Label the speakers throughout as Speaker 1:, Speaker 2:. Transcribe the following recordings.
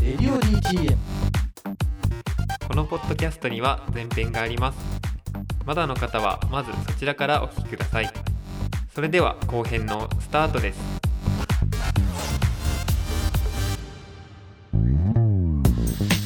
Speaker 1: レディオ DTM
Speaker 2: このポッドキャストには前編がありますまだの方はまずそちらからお聞きくださいそれでは後編のスタートです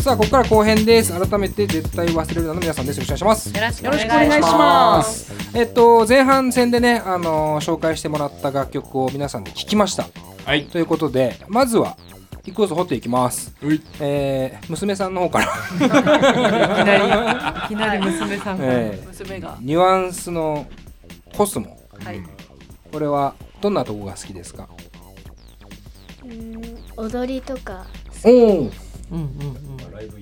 Speaker 3: さあここから後編です改めて絶対忘れるなの皆さんですよろしくお願いします
Speaker 4: よろしくお
Speaker 3: よろしくお
Speaker 4: 願
Speaker 3: 願
Speaker 4: い
Speaker 3: い
Speaker 4: し
Speaker 3: し
Speaker 4: ま。
Speaker 3: ますすえっと前半戦でねあのー紹介してもらった楽曲を皆さんで聴きました
Speaker 2: はい
Speaker 3: ということでまずは一個ずつ掘っていきます
Speaker 2: うい
Speaker 3: えー、娘さんの方から、
Speaker 4: いきなり、いきなり娘さんから、
Speaker 3: えー
Speaker 4: 娘が。
Speaker 3: ニュアンスのコスモ
Speaker 4: はい。
Speaker 3: これはどんなとこが好きですか
Speaker 5: うん踊りとか
Speaker 3: おお
Speaker 4: うんうんうん。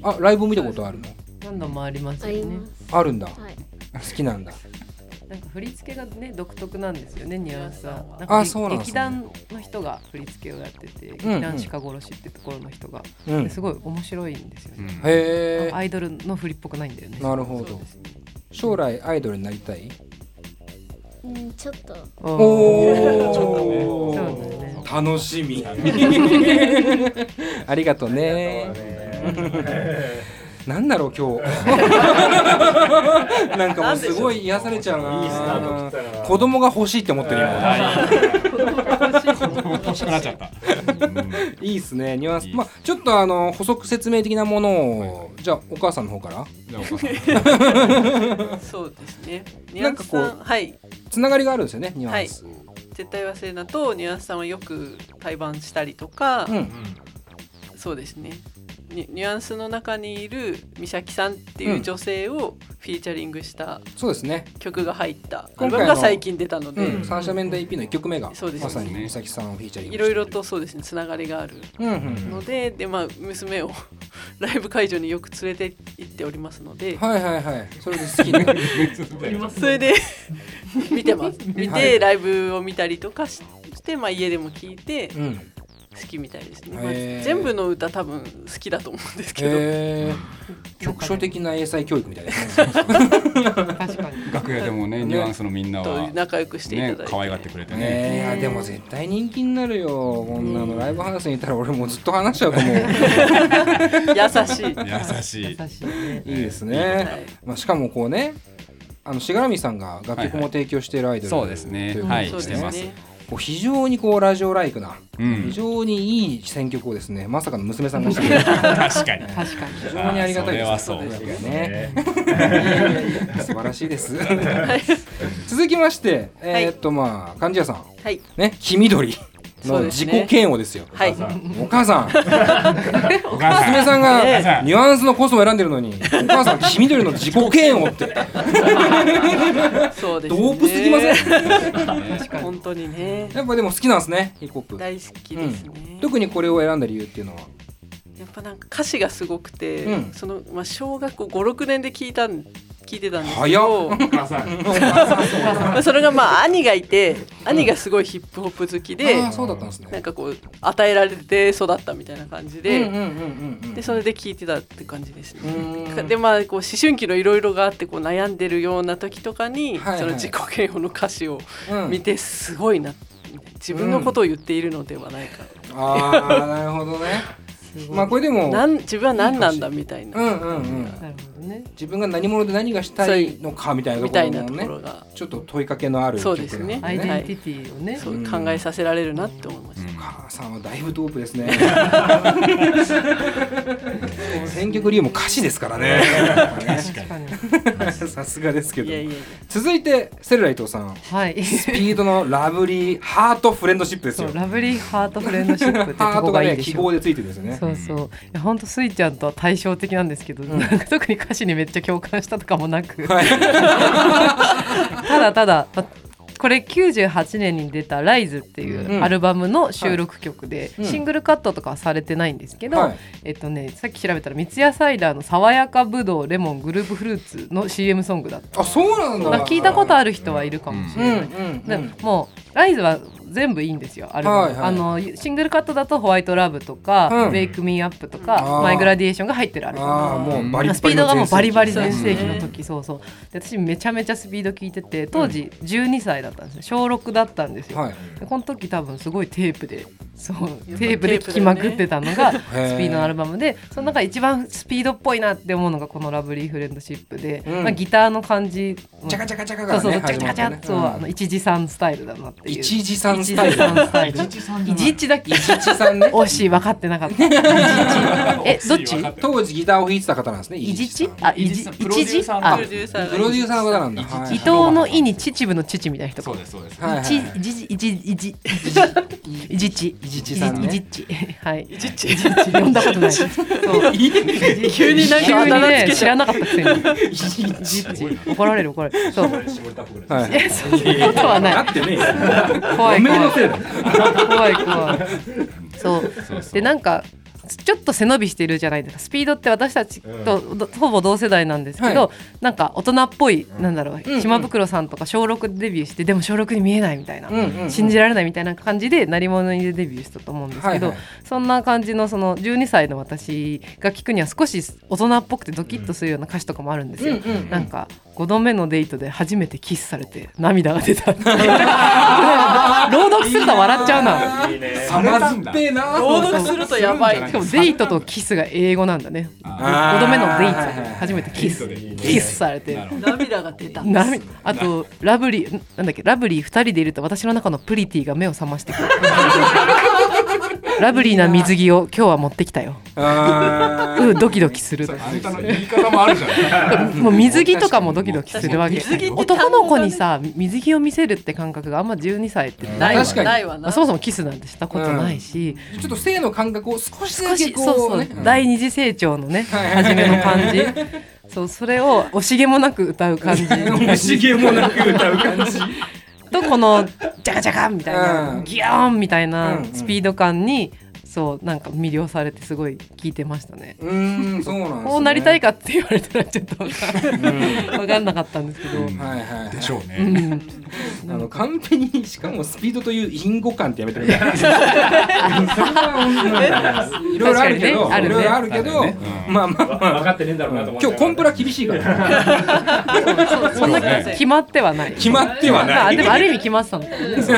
Speaker 3: あライブ見たことあるの
Speaker 4: 何度もあります
Speaker 5: あ
Speaker 4: よ
Speaker 5: り
Speaker 4: ね
Speaker 5: ま。す。
Speaker 3: あるんだ
Speaker 5: はい。
Speaker 3: 好きなんだ
Speaker 4: なんか振り付けがね独特なんですよねニュアンスは。なん
Speaker 3: あ
Speaker 4: か
Speaker 3: そうなんですね
Speaker 4: 劇団の人が振り付けをやってて、劇団鹿殺しってところの人が、
Speaker 3: うん
Speaker 4: ですごい面白いんですよね。
Speaker 3: へえ
Speaker 4: アイドルの振りっぽくないんだよね。
Speaker 3: なるほど将来アイドルになりたい
Speaker 5: うん、ちょっと。
Speaker 4: お
Speaker 3: おお
Speaker 4: そうだね。
Speaker 3: 楽しみありがとうねなんだろう今 日なんかもうすごい癒されちゃうな子供が欲しいって思ってる今
Speaker 6: 欲しくなっちゃった。
Speaker 3: いいっすねニュアンスまあちょっとあの補足説明的なものをじゃあお母さんの方から
Speaker 6: じゃあお母さん
Speaker 7: そうですね。ニュ
Speaker 3: な
Speaker 7: ア
Speaker 3: ん
Speaker 7: ン
Speaker 3: か
Speaker 7: ス
Speaker 3: こう
Speaker 7: さん、はい、
Speaker 3: つながりがあるんですよねニュアンス
Speaker 7: 絶対忘れなとニュアンスさんはよく対バンしたりとか、
Speaker 3: うん
Speaker 7: そうですね。ニニュアンスの中にいる美咲さんっていう女性をフィーチャリングした
Speaker 3: そうですね
Speaker 7: 曲が入ったア
Speaker 3: 今回の
Speaker 7: ルバムが最近出たの
Speaker 3: う
Speaker 7: で、
Speaker 3: ん三者面談 EP の一曲目が
Speaker 7: そうです
Speaker 3: まさに
Speaker 6: そうで
Speaker 3: 美
Speaker 6: すね
Speaker 3: 咲さんをフィーチャリング
Speaker 7: いろいろとそうですねつながりがある
Speaker 3: うんうん
Speaker 7: ので、でまあ娘を ライブ会場によく連れて行っておりますので、
Speaker 3: はいはいはいそれで好きね
Speaker 7: それで 見てます。見て、
Speaker 3: はい
Speaker 7: ライブを見たりとかしして、まあ家でも聞いて。
Speaker 3: うん
Speaker 7: 好きみたいですね、
Speaker 3: へー
Speaker 7: まあ全部の歌多分好きだと思うんですけど、
Speaker 3: へえ局所的な英才教育みたいですね
Speaker 4: 確かに。
Speaker 6: 楽屋でもね、ニュアンスのみんなは
Speaker 7: と。仲良くしていただい
Speaker 6: ね
Speaker 7: て、、
Speaker 6: 可愛がってくれてね。
Speaker 3: ねえあでも絶対人気になるよこんなのライブハウスにいたら俺もうずっと話しちゃうと思う
Speaker 7: 優しい
Speaker 6: 優しい。
Speaker 4: 優しいね。
Speaker 3: いいですね、まあ、しかもこうねあのしがらみさんが楽曲も提供しているアイドル
Speaker 6: そうですね
Speaker 3: という。こと
Speaker 6: はい、
Speaker 7: そうで
Speaker 6: し
Speaker 7: す
Speaker 6: て
Speaker 7: ね
Speaker 6: ます。
Speaker 3: こう非常にこうラジオライクな、
Speaker 6: う
Speaker 3: 非
Speaker 6: ん。
Speaker 3: 常にいい選曲をですねまさかの娘さんがしてくれる
Speaker 6: 確かに。
Speaker 4: 確かに。
Speaker 3: 非常にありがたいです
Speaker 6: あーそれはそう
Speaker 3: ねね 素晴らしいです 続きましてえーっとまあ貫地谷さん
Speaker 7: はい
Speaker 3: ね黄緑
Speaker 7: そう
Speaker 3: の
Speaker 7: です
Speaker 3: 自
Speaker 7: ね
Speaker 3: 己嫌悪ですよ
Speaker 7: はい
Speaker 3: お母さん
Speaker 6: お母さん。
Speaker 3: 娘さん
Speaker 7: ね
Speaker 3: がニュアンスのコスを選んでるのにお母さん黄緑の自己嫌悪って
Speaker 7: そうですね
Speaker 3: ドープすぎません
Speaker 7: 本当にね
Speaker 3: やっぱでも好きなんですねヒップホップ
Speaker 7: 大好きですね、
Speaker 3: 特にこれを選んだ理由っていうのは
Speaker 7: やっぱなんか歌詞がすごくて、
Speaker 3: うん
Speaker 7: そのまあ小学校56年で聞いたん聞いてたんですけ
Speaker 3: 早
Speaker 7: どそれがまあ兄がいて兄がすごいヒップホップ好きで、
Speaker 3: ああそうだったんです
Speaker 7: なん
Speaker 3: ね
Speaker 7: かこう与えられて育ったみたいな感じ
Speaker 3: うん
Speaker 7: で、
Speaker 3: うんうんうん
Speaker 7: でそれで聞いてたって感じですね。
Speaker 3: うん
Speaker 7: でまあこう思春期のいろいろがあってこう悩んでるような時とかに、
Speaker 3: はいはい
Speaker 7: その自己嫌悪の歌詞を
Speaker 3: うん
Speaker 7: 見てすごいな、自分のことを言っているのではないか、
Speaker 3: ああなるほどねまあこれでも
Speaker 7: なん自分は何なんだみたいな、
Speaker 3: うんうんうん
Speaker 4: なるほどね。
Speaker 3: 自分が何者で何がしたいのかみたいな
Speaker 7: み
Speaker 3: とこ
Speaker 7: た
Speaker 3: ろ
Speaker 7: いなと
Speaker 3: も
Speaker 7: ころ
Speaker 3: ね
Speaker 7: が、
Speaker 3: ちょっと問いかけのある曲なん
Speaker 7: そうですね
Speaker 4: アイデンティティをね。
Speaker 7: そう
Speaker 3: うん
Speaker 7: 考えさせられるなって思いました、
Speaker 3: お母さんはだいぶドープですね。選曲理由も歌詞ですからね。
Speaker 4: 確かに。
Speaker 3: さすがですけ
Speaker 7: いやいや
Speaker 3: ど。
Speaker 7: いや
Speaker 3: 続いてセルラ伊藤さん。
Speaker 4: はい。
Speaker 3: スピードのラブリーハートフレンドシップです
Speaker 4: そ
Speaker 3: よ
Speaker 4: う。ラブリーハートフレンドシップって
Speaker 3: ハ
Speaker 4: と
Speaker 3: ー
Speaker 4: こ
Speaker 3: ト
Speaker 4: が
Speaker 3: が
Speaker 4: いい
Speaker 3: ね
Speaker 4: でし
Speaker 3: 記
Speaker 4: ょ
Speaker 3: 号でついてるんですよね。
Speaker 4: そうそういや本当スイちゃんとは対照的なんですけど、なんか特に歌詞にめっちゃ共感したとかもなく、ただただ、まこれ98年に出た「ライズっていううんアルバムの収録曲で、
Speaker 3: うん
Speaker 4: シングルカットとかはされてないんですけど、
Speaker 3: はい
Speaker 4: えっとね、さっき調べたら三ツ矢サイダーの「爽やかぶどうレモングループフルーツ」の CM ソングだった
Speaker 3: あ、そうなん
Speaker 4: だか
Speaker 3: だ。
Speaker 4: ら聞いたこと
Speaker 3: あ
Speaker 4: ある人はいるかもしれ
Speaker 3: る。うん
Speaker 4: ない。
Speaker 3: うんう
Speaker 4: で
Speaker 3: ん。
Speaker 4: もうライズは全部いいんですよアル
Speaker 3: はいはい
Speaker 4: バム、あのシングルカットだと「ホワイトラブ」とか
Speaker 3: うん
Speaker 4: 「ウェイク・ミー・アップ」と
Speaker 3: あー
Speaker 4: か「マイ・グラディエーション」が入ってるアルバム
Speaker 3: ああもうバリバリの
Speaker 4: スピードがもうバリバリ全
Speaker 3: 全盛期
Speaker 4: 盛期の時そうそうで私めちゃめちゃスピード聞いてて当時12歳だったんですよ小6だったんですよ、
Speaker 3: はい
Speaker 4: でこの時多分すごいテープでそう
Speaker 7: ぱ
Speaker 4: テープで聴きまくってたのがスピ
Speaker 3: へー
Speaker 4: ードのアルバムでその中一番スピードっぽいなって思うのがこの「ラブリーフレンドシップで」
Speaker 3: うん
Speaker 4: まあ、ギターの感じも
Speaker 3: チャカチャカチャカ
Speaker 4: そ
Speaker 3: が
Speaker 4: うそう
Speaker 3: ね
Speaker 4: そう、チャチャ
Speaker 3: 始ま
Speaker 4: チャチ
Speaker 3: っ
Speaker 4: ャ
Speaker 3: た
Speaker 4: そう、あの
Speaker 3: ね
Speaker 4: 一時さんスタイルだなっ
Speaker 3: う
Speaker 4: て
Speaker 3: ん
Speaker 4: いう。
Speaker 3: 一時さんスタイル
Speaker 4: 一時さんスタイル。
Speaker 6: 一
Speaker 4: いじっちだっけ。
Speaker 3: 一時さんね
Speaker 4: 惜しい、分かってなかった。いじっちえ、どっち。
Speaker 3: 当時ギターを弾いてた方なんですね
Speaker 4: いじっ
Speaker 3: さん
Speaker 4: ち。あ、いじ、
Speaker 6: プロデ
Speaker 4: 一
Speaker 6: ュー
Speaker 4: 時。
Speaker 6: サーの
Speaker 4: あ
Speaker 7: プロ、デューサー
Speaker 3: プロデューサーの方
Speaker 7: が
Speaker 3: なんだ
Speaker 6: いじ
Speaker 3: は
Speaker 6: っち
Speaker 3: い
Speaker 4: 伊藤の意に秩父の父みたいな人
Speaker 6: そ
Speaker 4: か
Speaker 6: う。ですそうです。
Speaker 3: はいはい
Speaker 4: いち、いじ、いじ、いじ。いじっち。
Speaker 3: いじっちさんね
Speaker 4: いじっち。はい。いじっち。呼んだことない。そう
Speaker 7: 急になんか
Speaker 4: 急
Speaker 7: あ
Speaker 4: に
Speaker 7: だ名つ
Speaker 4: ね、
Speaker 7: け
Speaker 4: 知
Speaker 7: ちゃ
Speaker 4: ら
Speaker 7: う
Speaker 4: なかったくせに。
Speaker 6: いじっ
Speaker 4: いじっち。怒られる、怒られる。そう。
Speaker 6: 絞った僕
Speaker 3: はい
Speaker 6: ら
Speaker 4: え、そんなことはない。
Speaker 3: てね
Speaker 4: 怖い怖い
Speaker 3: おめえのせいだ
Speaker 4: 怖い怖いそう
Speaker 6: そうそう
Speaker 4: でなんかちょっと背伸びしてるじゃないですかスピードって私たちと、どほぼ同世代なんですけど、
Speaker 3: はい
Speaker 4: なんか大人っぽい、なんだろう、
Speaker 3: うん
Speaker 4: 島袋さんとか小6でデビューしてでも小6に見えないみたいな、
Speaker 3: うんうん
Speaker 4: 信じられないみたいな感じで鳴り物入りでデビューしたと思うんですけど、
Speaker 3: はいはい
Speaker 4: そんな感じのその12歳の私が聞くには少し大人っぽくてドキッとするような歌詞とかもあるんです
Speaker 3: う
Speaker 4: よ。
Speaker 3: んうんうん
Speaker 4: なんか5度目のデートで初めてキスされて涙が出 たっていう朗読すると笑っちゃうな。
Speaker 3: さまずっぺえな
Speaker 7: 朗読するとやばい
Speaker 4: しかもデートとキスが英語なんだね。
Speaker 3: あー
Speaker 4: 5度目のデ
Speaker 3: はい
Speaker 4: ー
Speaker 3: はい
Speaker 4: トで初めてキス
Speaker 6: デートで
Speaker 4: キスされて
Speaker 6: なるほ
Speaker 7: 涙が出た
Speaker 4: なみあとラブリーんなんだっけラブリー2人でいると私の中のプリティが目を覚ましてくるラブリーな水着を今日は持ってきたよ
Speaker 3: あー
Speaker 4: うんドキドキする
Speaker 6: あんたの言い方もあるじゃん。
Speaker 4: もう水着とかもドキドキするわけ
Speaker 7: 確かに
Speaker 4: 男の子にさ水着を見せるって感覚があんま12歳ってないわ
Speaker 3: 確かに
Speaker 7: ないわ
Speaker 4: ま
Speaker 7: な
Speaker 4: あそもそもキスなんてしたことないし、
Speaker 3: ちょっと性の感覚を少しだ
Speaker 4: 少
Speaker 3: け
Speaker 4: しそう
Speaker 3: こ
Speaker 4: そうう、
Speaker 3: ね
Speaker 4: 第二次成長のね初めの感じそうそれを惜しげもなく歌う感じ
Speaker 3: 惜しげもなく歌う感じ
Speaker 4: とこのジャカジャカみたいな、
Speaker 3: うん
Speaker 4: ギューンみたい
Speaker 3: うん
Speaker 4: な
Speaker 3: うん
Speaker 4: スピード感に、そうなんか魅了されてすごい聞いてましたね。
Speaker 3: うーんそうなんですね
Speaker 4: こうなりたいかって言われたらちょっとわかんわかんなかったんですけど、
Speaker 6: うん
Speaker 3: はいはいはい
Speaker 6: でしょう
Speaker 4: う
Speaker 6: ね。
Speaker 4: ん、
Speaker 3: あのカンペにしかもスピードという因語感ってやめてくださいそれはいろいろあるけど
Speaker 4: 確か
Speaker 3: い
Speaker 4: にねあるね
Speaker 3: ろいろあるけど
Speaker 6: あるねうん
Speaker 3: まあまあまあ
Speaker 1: 分かってねえんだろうなと思って
Speaker 3: 今日コンプラ厳しいから
Speaker 4: そんな決まってはない。
Speaker 3: 決まっては
Speaker 4: ま
Speaker 3: な
Speaker 4: あ
Speaker 3: い
Speaker 4: でもある意味決まってたんだよね。
Speaker 6: セ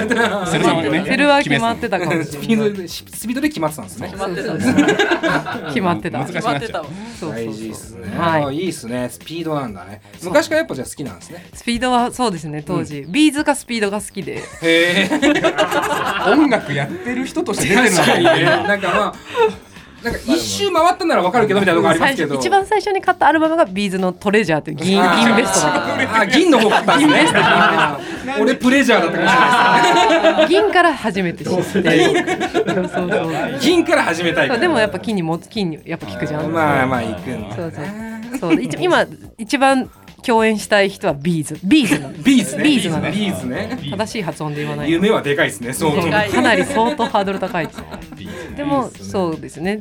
Speaker 6: ルさんでね。
Speaker 4: セルは決まってたか も
Speaker 3: ス
Speaker 4: し
Speaker 3: ピー
Speaker 4: れな
Speaker 3: ド
Speaker 4: い。
Speaker 3: でしスピードで決まってたんですね
Speaker 7: 決まってた
Speaker 4: 決まってた。
Speaker 6: 難しい
Speaker 7: 決まってたわ
Speaker 4: そうそう
Speaker 3: 大事
Speaker 4: そ
Speaker 3: で
Speaker 4: う
Speaker 3: すね、
Speaker 4: はい
Speaker 3: あいいですねスピードなんだね昔からやっぱじゃあ好きなんですね
Speaker 4: スピードはそうですね当時、ビーズかスピードが好き で
Speaker 3: へえ
Speaker 6: 音楽やってる人として出てるのがいいね。
Speaker 3: なんかまあなんか一周回ったならわかるけどみたいなとこあります
Speaker 4: 最
Speaker 3: け
Speaker 4: 初
Speaker 3: ど
Speaker 4: 一番最初に買ったアルバムがビーズの「トレジャー」という銀銀ベストだっ
Speaker 3: あー銀の方買ったんですねあー 俺プレジャーだったかもしれない
Speaker 4: た銀から初めて知ってそうそうそう
Speaker 3: 銀から始めたいか
Speaker 4: そう
Speaker 3: ら
Speaker 4: でもやっぱ金にも金にやっぱ効くじゃん、
Speaker 3: まあまあ行くんだ
Speaker 4: そうそうそう一今一番共演したい人はビーズビーズなの
Speaker 3: ビーズね
Speaker 4: ビーズなの
Speaker 3: ビーズね
Speaker 4: 正しい発音で言わない
Speaker 3: 夢はでかいですねそう
Speaker 4: そう
Speaker 7: かい
Speaker 4: かなり相当ハードル高いですでもそうですね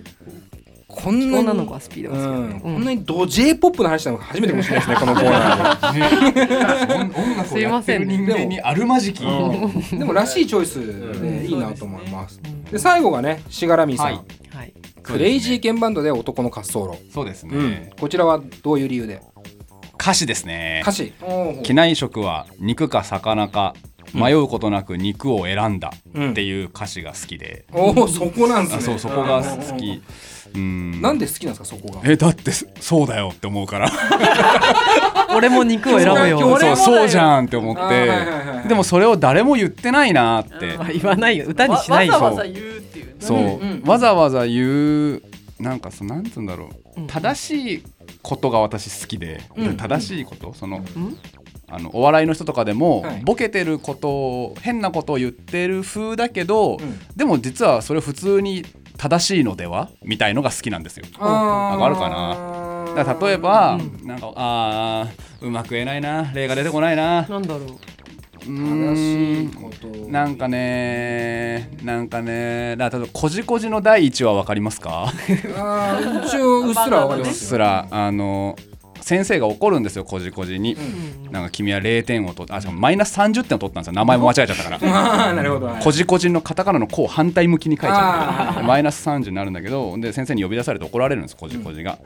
Speaker 3: こん
Speaker 4: 女の子はスピードが好きだ
Speaker 3: う
Speaker 4: ね
Speaker 3: ん
Speaker 4: うん
Speaker 3: こんなにド J ポップの話なの初めてかもしれないですねこのコーナー
Speaker 6: 音楽をやってる人間にあるまじき。
Speaker 3: ででもらしいチョイスでいいなと思いますで最後がねしがらみさ
Speaker 6: はい
Speaker 3: ん
Speaker 4: はい
Speaker 3: クレイジーケンバンドで男の滑走路
Speaker 6: そうです
Speaker 3: うん
Speaker 6: ね。
Speaker 3: こちらはどういう理由で
Speaker 6: 歌詞ですね
Speaker 3: 歌。詞
Speaker 6: 機内食は肉か魚か迷うことなく肉を選んだ
Speaker 3: うん
Speaker 6: っていう歌詞が好きで、
Speaker 3: おおそこなんです
Speaker 6: あ
Speaker 3: ね
Speaker 6: そうそこが好き。うん
Speaker 3: なんで好きなんですかそこが
Speaker 6: えだってそそうだよって思うから
Speaker 4: 俺も肉を選ぶよ
Speaker 3: 俺もだ
Speaker 6: そ
Speaker 3: よ
Speaker 6: うそうじゃんって思っ
Speaker 3: あーはいはいはいは
Speaker 6: て
Speaker 3: い
Speaker 6: でもそれを誰も言ってないなって
Speaker 4: まあ言わないよ歌に
Speaker 7: わ
Speaker 4: しない
Speaker 7: わ
Speaker 4: よ
Speaker 7: ざわざ言うっていうね
Speaker 6: そう、
Speaker 3: うん
Speaker 6: わざわざ言うなんかそうなんつうんだろう、
Speaker 4: うん
Speaker 6: 正しいことが私好きで、
Speaker 3: うん
Speaker 6: 正しいことその、
Speaker 4: ん
Speaker 6: あのお笑いの人とかでも、
Speaker 3: はい
Speaker 6: ボケてることを変なことを言ってる風だけど、
Speaker 3: うん
Speaker 6: でも実はそれ普通に正しいのではみたいのが好きなんですよ。
Speaker 3: あー
Speaker 6: わかるかなだから例えば、なんかあーうまく言えないな例が出てこないな
Speaker 4: なんだろう
Speaker 6: うー
Speaker 3: 正
Speaker 6: ん
Speaker 3: しいこと
Speaker 6: なんかねなんかねだから例えば「こじこじ」の第一話わかりますか
Speaker 3: あー一応うっすらわかり
Speaker 6: う
Speaker 3: ま
Speaker 6: っ
Speaker 3: すよ
Speaker 6: すらあの先生が怒るんですよこじこじに、
Speaker 4: うん
Speaker 6: なんか君は0点を取ったあしかもマイナス30点を取ったんですよ名前も間違えちゃったから
Speaker 3: ああなるほどはい
Speaker 6: こじこじのカタカナの「こ」を反対向きに書いちゃっ
Speaker 3: あ
Speaker 6: てマイナス30になるんだけどで先生に呼び出されて怒られるんですこじこじが。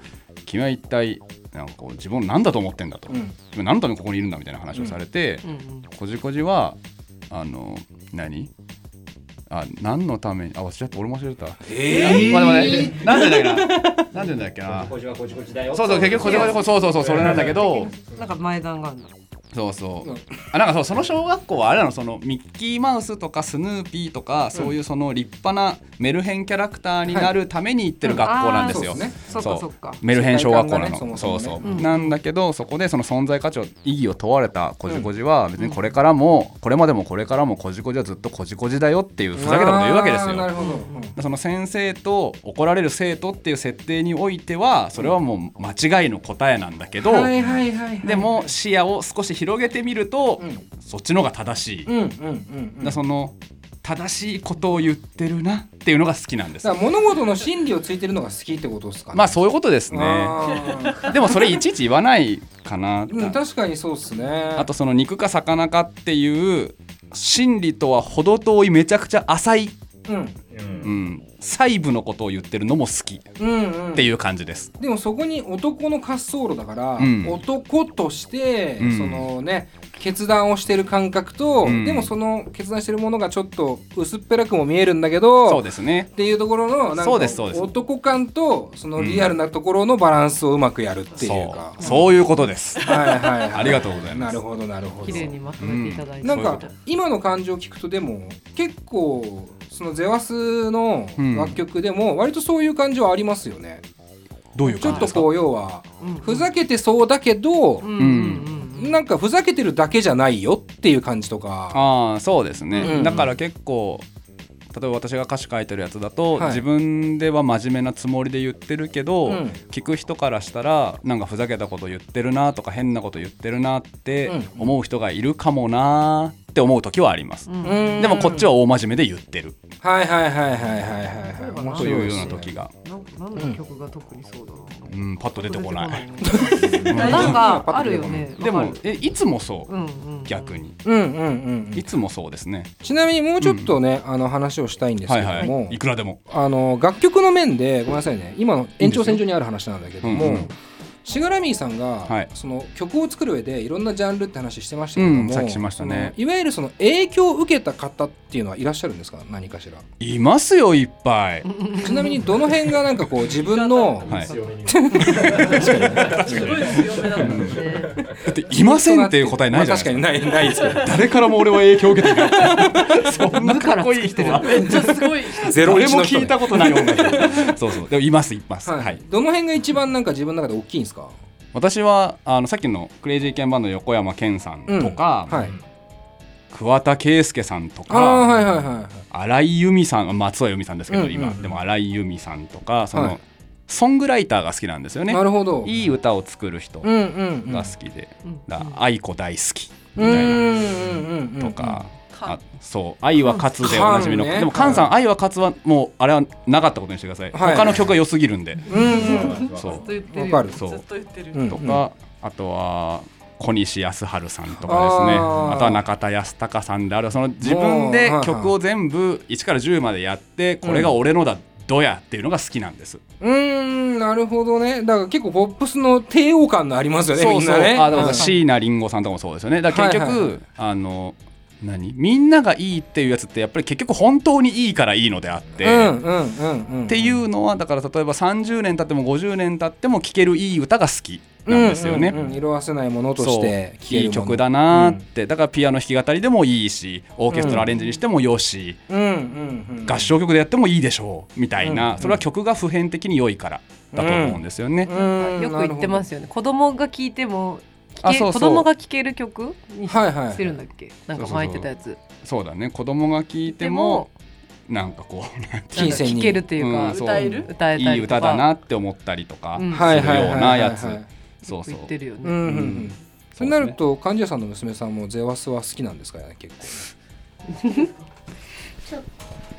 Speaker 6: 君は一体なんかこう自分を何だと思ってんだと、
Speaker 3: うん
Speaker 6: 君は何のためにここにいるんだみたいな話をされて、
Speaker 4: うんうん
Speaker 6: こじこじはあの何あ何のためにあ忘れちゃった俺も忘れてたええ待って待ってなんでだっけななんでだっけな
Speaker 1: こじはこじこじだよ
Speaker 6: そうそう結局こじこじそうそうそうそれなんだけど
Speaker 4: なんか前段があるんだ。
Speaker 6: そうそう、
Speaker 3: うん
Speaker 6: あなんかそうその小学校はあれなのそのミッキーマウスとかスヌーピーとか、そういうその立派なメルヘンキャラクターになるために行ってる学校なんですよ。
Speaker 3: うんあーそうで
Speaker 4: そっかそっか。
Speaker 6: メルヘン小学校なの、
Speaker 3: 世界観がねそ
Speaker 6: そ
Speaker 3: も
Speaker 6: う
Speaker 3: そ
Speaker 6: そ
Speaker 3: もね
Speaker 6: う、なんだけどそこでその存在価値を意義を問われたこじこじは別にこれからも、これまでもこれからもこじこじはずっとこじこじだよっていうふざけたこと言うわけです
Speaker 3: あー
Speaker 6: よ
Speaker 3: なる。ほどうん
Speaker 6: その先生と怒られる生徒っていう設定においてはそれはもう間違いの答えなんだけど、
Speaker 3: はいはいはいはい
Speaker 6: でも視野を少し広げてみると、
Speaker 3: うん
Speaker 6: そっちの方が正しい、だ
Speaker 3: う
Speaker 6: か
Speaker 3: んうんうんうん
Speaker 6: らその正しいことを言ってるなっていうのが好きなんです
Speaker 3: だから物事の真理をついてるのが好きってことですかね
Speaker 6: まあそういうことですね
Speaker 3: あ
Speaker 6: でもそれいちいち言わないかな、
Speaker 3: ーうん確かにそうっすね
Speaker 6: あとその肉か魚かっていう真理とは程遠いめちゃくちゃ浅い、
Speaker 3: うん
Speaker 1: うん
Speaker 6: うん、細部のことを言ってるのも好きっ
Speaker 3: うんうん
Speaker 6: ていう感じです、
Speaker 3: でもそこに男の滑走路だから、
Speaker 6: うん
Speaker 3: 男として、
Speaker 6: うん
Speaker 3: そのね決断をしてる感覚と、
Speaker 6: うん
Speaker 3: でもその決断してるものがちょっと薄っぺらくも見えるんだけど
Speaker 6: そうですね
Speaker 3: っていうところのなんか
Speaker 6: そうですそうです
Speaker 3: 男感とそのリアルなところのバランスをうまくやるっていうか
Speaker 6: そう、そういうことです
Speaker 3: はいはいはい、
Speaker 6: ありがとうございます
Speaker 3: なるほどなるほど
Speaker 4: 綺麗にまとめていただいて。
Speaker 3: なん
Speaker 6: そういう
Speaker 3: か
Speaker 6: こと
Speaker 3: 今の感じを聞くとでも結構そのゼワスの楽曲でも割とそういう感じはありますよね、
Speaker 6: どういう
Speaker 3: ちょ
Speaker 6: 感じ
Speaker 3: っ
Speaker 6: で
Speaker 3: と
Speaker 6: すか
Speaker 3: こう要は
Speaker 4: うん
Speaker 3: ふざけてそうだけど、
Speaker 4: うんうんうん
Speaker 3: なんかふざけてるだけじゃないよっていう感じとか。
Speaker 6: ああそうですね、
Speaker 3: うん
Speaker 6: だから結構例えば私が歌詞書いてるやつだと、
Speaker 3: はい
Speaker 6: 自分では真面目なつもりで言ってるけど、
Speaker 3: うん
Speaker 6: 聞く人からしたらなんかふざけたこと言ってるなとか変なこと言ってるなって
Speaker 3: うん
Speaker 6: 思う人がいるかもなって思う時はあります、
Speaker 4: うん
Speaker 3: うん
Speaker 6: でもこっちは大真面目で言ってる
Speaker 3: はいはいはいはいはいはいはい
Speaker 4: そう
Speaker 3: 面
Speaker 6: と
Speaker 4: そ
Speaker 3: 白
Speaker 6: いう
Speaker 3: い
Speaker 6: よう
Speaker 3: し
Speaker 6: な時が、
Speaker 4: なんなんの曲が特にそうだろう
Speaker 6: う。ん、パッと出てこない。
Speaker 4: なんかあるよね。
Speaker 6: で
Speaker 4: わか
Speaker 6: も
Speaker 4: る
Speaker 6: えいつもそう、
Speaker 4: うんうんうん
Speaker 6: 逆に
Speaker 3: うんうんうんう
Speaker 6: い
Speaker 3: ん
Speaker 6: つもそうですね、
Speaker 3: ちなみにもうちょっとね、あの話をしたいんです
Speaker 6: は
Speaker 3: け
Speaker 6: い
Speaker 3: ど
Speaker 6: は
Speaker 3: も、
Speaker 6: いいくらでも
Speaker 3: あの楽曲の面でごめんなさいね今の延長線上にある話なんだけども、
Speaker 6: いいんですようんうん
Speaker 3: シガラミーさんが、
Speaker 6: はい
Speaker 3: その曲を作る上でいろんなジャンルって話してましたけども、
Speaker 6: うんさっきしましたね
Speaker 3: そのいわゆるその影響を受けた方っていうのはいらっしゃるんですか何かしら
Speaker 6: いますよいっぱい
Speaker 3: ちなみにどの辺がなんか こう自分の
Speaker 6: はい
Speaker 1: 強めに
Speaker 7: すごい強めだったんですね。
Speaker 6: だっていませんっていう答えないじゃな
Speaker 3: まあ確
Speaker 6: いですか
Speaker 3: かにないないですけど
Speaker 6: 誰からも俺は影響を受けていない。そんなかっこいい人は。
Speaker 7: めっちゃすごい。
Speaker 3: ゼ
Speaker 6: 誰も
Speaker 3: の
Speaker 6: 聞いたことない音楽。そうそう。でもいますいます。
Speaker 3: はい、
Speaker 6: はい。
Speaker 3: どの辺が一番なんか自分の中で大きいんですか
Speaker 6: 私はあのさっきのクレイジーケンバンドの横山健さんとか、
Speaker 3: はい
Speaker 6: 桑田佳祐さんと
Speaker 3: ああーはい
Speaker 6: か、
Speaker 3: はいはい
Speaker 6: 荒井由実さん、松尾由実さんですけ
Speaker 3: う
Speaker 6: ど
Speaker 3: んうん
Speaker 6: 今でも荒井由実さんとか、そ
Speaker 3: は
Speaker 6: の
Speaker 3: い
Speaker 6: ソングライターが好きなんですよね
Speaker 3: な。るほど
Speaker 6: いい歌を作る人
Speaker 3: う
Speaker 6: が
Speaker 3: んうんうん
Speaker 6: 好きで、
Speaker 4: うん
Speaker 6: だから愛子大好きみ
Speaker 3: うんう
Speaker 6: たいな。
Speaker 3: んうんうん
Speaker 6: とか、
Speaker 7: うん
Speaker 6: あそう「愛は勝つ」でおなじみの、
Speaker 3: カンね
Speaker 6: でもカンさん「愛は勝つ」はもうあれはなかったことにしてください、
Speaker 3: はい
Speaker 6: 他の曲が良すぎるんで、
Speaker 3: うんうん
Speaker 6: そ
Speaker 4: ずっと
Speaker 6: う
Speaker 4: 言ってるよ。
Speaker 3: わかる
Speaker 6: そう
Speaker 7: ずっと言ってる。
Speaker 3: うん
Speaker 6: とか、あとは小西康春さんとかですね
Speaker 3: あー
Speaker 6: あとは中田康隆さんであるその自分で
Speaker 3: もう
Speaker 6: 曲を全部1から10までやってこれが俺のだ、どやっていうのが好きなんです。
Speaker 3: うーんなるほどねだから結構ポップスの帝王感のありますよね
Speaker 6: そう
Speaker 3: みん
Speaker 6: そう。
Speaker 3: なね
Speaker 6: あ、だから
Speaker 3: うん
Speaker 6: 椎名林檎さんとかもそうですよね。だから結局、
Speaker 3: はいはい
Speaker 6: あの何みんながいいっていうやつってやっぱり結局本当にいいからいいのであって、
Speaker 3: うんうんうんうん
Speaker 6: っていうのはだから例えば30年経っても50年経っても聴けるいい歌が好きなんですよね。
Speaker 3: うんうんうん色あせないものと
Speaker 6: そ
Speaker 3: し
Speaker 6: う
Speaker 3: て聴ける
Speaker 6: い
Speaker 3: もの
Speaker 6: い曲だなーって、だからピアノ弾き語りでもいいしオーケストラアレンジにしてもよし、
Speaker 3: うんうんうん
Speaker 6: 合唱曲でやってもいいでしょうみたいな、
Speaker 3: うん
Speaker 6: それは曲が普遍的に良いからだと思うんですよね。
Speaker 3: うん
Speaker 4: よく言ってますすよね。子供が聞いても
Speaker 6: あ
Speaker 4: 聞け
Speaker 6: そうそう
Speaker 4: 子供が聞ける曲にし
Speaker 3: はいはい
Speaker 4: してるんだっけ。なんか前言ってたやつ。
Speaker 6: そうだね子供が聴いてもなんかこうなんて
Speaker 3: 金銭
Speaker 4: 聞
Speaker 3: に
Speaker 4: けるっていう
Speaker 6: う
Speaker 4: か
Speaker 6: んそう
Speaker 7: 歌える？
Speaker 4: 歌え
Speaker 6: い
Speaker 4: た
Speaker 6: い
Speaker 4: りとか。
Speaker 6: 歌だなって思ったりとか、
Speaker 4: うん
Speaker 3: はいはいはいはいはい
Speaker 6: やつそうそう
Speaker 4: 言ってるよ
Speaker 3: うんう
Speaker 4: ね。
Speaker 3: んう
Speaker 6: うんん
Speaker 3: そうなると貫地谷さんの娘さんもゼワスは好きなんですかね結構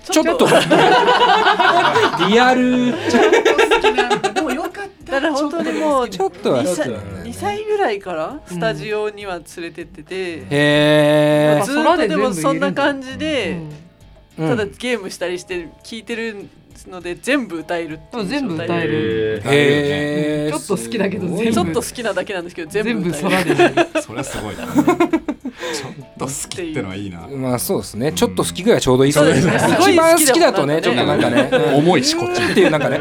Speaker 7: ちょっと
Speaker 3: リアル
Speaker 7: ちょっと好きなんだでもよかった。だから本当にもう
Speaker 3: ちょっとは
Speaker 7: 二
Speaker 3: ち
Speaker 7: 歳
Speaker 3: ょっとはね
Speaker 7: 2歳ぐらいからスタジオには連れてってて、
Speaker 3: へ
Speaker 4: ー
Speaker 7: ずっとでもそんな感じ
Speaker 4: う
Speaker 7: で、
Speaker 4: ん
Speaker 3: え
Speaker 7: ただゲームしたりして聞いてるので全部歌えるっていう
Speaker 4: 全部歌
Speaker 7: 状態
Speaker 4: える
Speaker 3: へえ
Speaker 4: ちょっと好きだけど全部
Speaker 7: ちょっと好きなだけなんですけど全
Speaker 4: 全部
Speaker 7: 部歌
Speaker 4: そ
Speaker 7: え
Speaker 4: ら
Speaker 7: る
Speaker 4: でいい
Speaker 6: それはすごいなちょっと好きってのはいいな
Speaker 3: まあそうですねちょっと好きぐらいちょうどいいかも
Speaker 7: そうですねすごい
Speaker 3: 一番好きだとねち
Speaker 7: 好
Speaker 3: ょっ
Speaker 7: き
Speaker 3: とな
Speaker 7: だも
Speaker 3: ん
Speaker 7: ん
Speaker 3: かねうん
Speaker 6: 重い しこっち
Speaker 3: っていうなんかね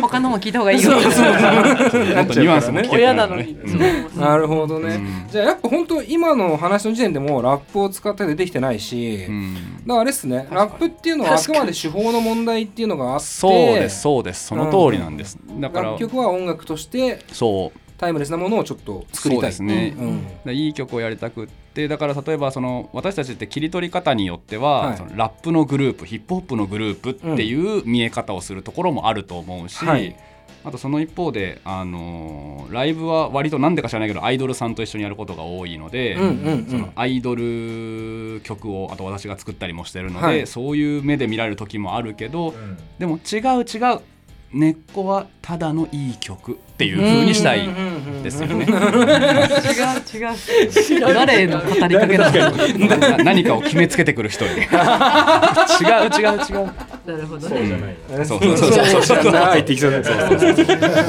Speaker 4: 他のも聞いた方がいいよ
Speaker 6: もっとニュアンスも 聞け
Speaker 7: 親
Speaker 6: る
Speaker 7: な
Speaker 6: よ
Speaker 7: のに、
Speaker 6: うん
Speaker 3: なるほど
Speaker 6: う
Speaker 3: ね
Speaker 6: ん
Speaker 3: じゃあやっぱ本当今の話の時点でもうラップを使って出てきてないし、
Speaker 6: うん
Speaker 3: だからあれっすねラップっていうのはあくまで手法の問題っていうのがあって
Speaker 6: そうですそうですその通りなんですだから
Speaker 3: 楽曲は音楽として
Speaker 6: そう
Speaker 3: タイムレスなものをちょっと作りたい
Speaker 6: そうですね
Speaker 3: うん
Speaker 6: だからいい曲をやりたくってだから例えばその私たちって切り取り方によっては、
Speaker 3: はい
Speaker 6: そのラップのグループヒップホップのグループっていう見え方をするところもあると思うし、
Speaker 3: はい
Speaker 6: あとその一方で、あのーライブは割となんでか知らないけどアイドルさんと一緒にやることが多いので。
Speaker 3: うんうんう
Speaker 6: その
Speaker 3: ん
Speaker 6: アイドル曲をあと私が作ったりもしてるので、
Speaker 3: はい
Speaker 6: そういう目で見られる時もあるけど、
Speaker 2: うん
Speaker 6: でも違う違う根っこはただのいい曲っていう風にしたいですよね。
Speaker 4: 違う違う誰への語りかけだったの
Speaker 6: な何かを決めつけてくる人に違う違う違う
Speaker 4: なるほどね
Speaker 2: い
Speaker 6: そうそうそうそうそう
Speaker 3: うないってきそう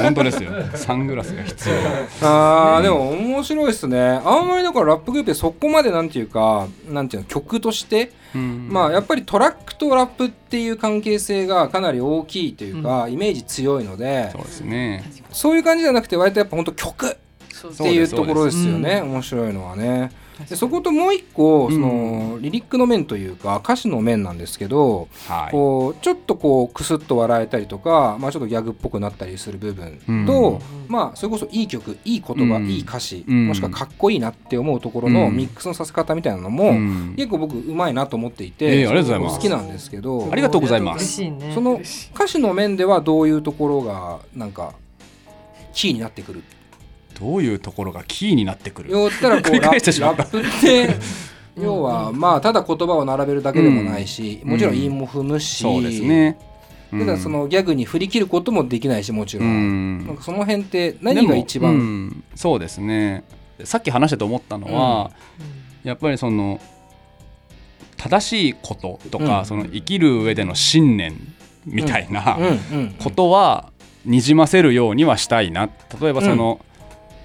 Speaker 6: 本当ですよサングラスが必要
Speaker 3: あーでも面白いですねあんまりだからラップグループでそこまでなんていうかなんていうの曲として、まあやっぱりトラックとラップっていう関係性がかなり大きいというか、イメージ強いので
Speaker 6: そうですね
Speaker 3: そういう感じじゃなくて割とやっぱ本当曲っ
Speaker 7: そう
Speaker 6: そ
Speaker 3: ていうところ
Speaker 6: そ
Speaker 3: で
Speaker 6: うです
Speaker 3: よね、面白いのはね。でそこともう一個その、リリックの面というか歌詞の面なんですけど、
Speaker 6: は
Speaker 3: こうちょっとこうクスッと笑えたりとか、まあ、ちょっとギャグっぽくなったりする部分と、まあ、それこそいい曲いい言葉、
Speaker 6: うん
Speaker 3: いい歌詞、
Speaker 6: うん
Speaker 3: もしくはかっこいいなって思うところの
Speaker 6: うん
Speaker 3: ミックスのさせ方みたいなの
Speaker 6: い、
Speaker 3: も、
Speaker 6: うん
Speaker 3: 結構僕うまいなと思ってい
Speaker 6: え
Speaker 3: て、
Speaker 6: えありがとうございます
Speaker 3: 好きなんですけど
Speaker 6: ありがとうございます
Speaker 4: 嬉しいね
Speaker 3: その歌詞の面ではどういうところがなんかキーになってくる
Speaker 6: どういうところがキーになってくる
Speaker 3: 要ったらこう
Speaker 6: 繰り
Speaker 3: ラ
Speaker 6: 返してしまった
Speaker 3: ップって 要はまあただ言葉を並べるだけでもないし、
Speaker 6: うん
Speaker 3: もちろん韻も踏むし。
Speaker 6: そうですね
Speaker 3: ただそのギャグに振り切ることもできないしもち
Speaker 6: う
Speaker 3: ろん,、
Speaker 6: ん
Speaker 3: なんかその辺って何が一番、
Speaker 6: でもうんそうですねさっき話してて思ったのは、やっぱりその正しいこととか、
Speaker 3: うん
Speaker 6: その生きる上での信念みたいな、
Speaker 3: うんうん
Speaker 6: ことはにじませるようにはしたいな例えばその、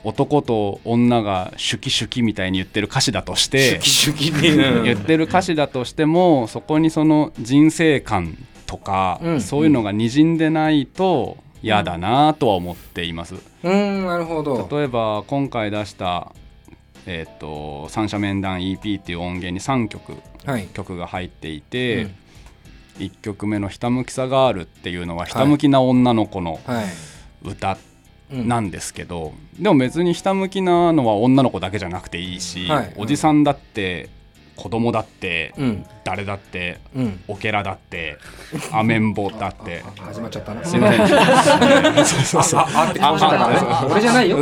Speaker 6: 男と女が「シュキシュキ」みたいに言ってる歌詞だとして
Speaker 3: シュキシュキで、うん
Speaker 6: 言ってる歌詞だとしてもそこにその人生観とか、
Speaker 3: うん
Speaker 6: そういうのがにじんでないと嫌だなとは思っています。
Speaker 3: うんなるほど
Speaker 6: 例えば今回出したえー、と三者面談 EP っていう音源に3曲
Speaker 3: はい
Speaker 6: 曲が入っていて、
Speaker 3: うん
Speaker 6: 1曲目の「ひたむきさガール」っていうのはひたむきな女の子の
Speaker 3: はい、
Speaker 6: 歌
Speaker 3: うん
Speaker 6: なんですけど、でも別にひたむきなのは女の子だけじゃなくていいし、
Speaker 3: はい
Speaker 6: おじさんだって子供だって、
Speaker 3: うん
Speaker 6: 誰だって
Speaker 3: うん
Speaker 6: オケラだってアメンボだって
Speaker 3: 始まっちゃったな
Speaker 6: すいませんそうそうそう
Speaker 3: あって顔してたからね
Speaker 6: ああ
Speaker 3: 俺じゃないよ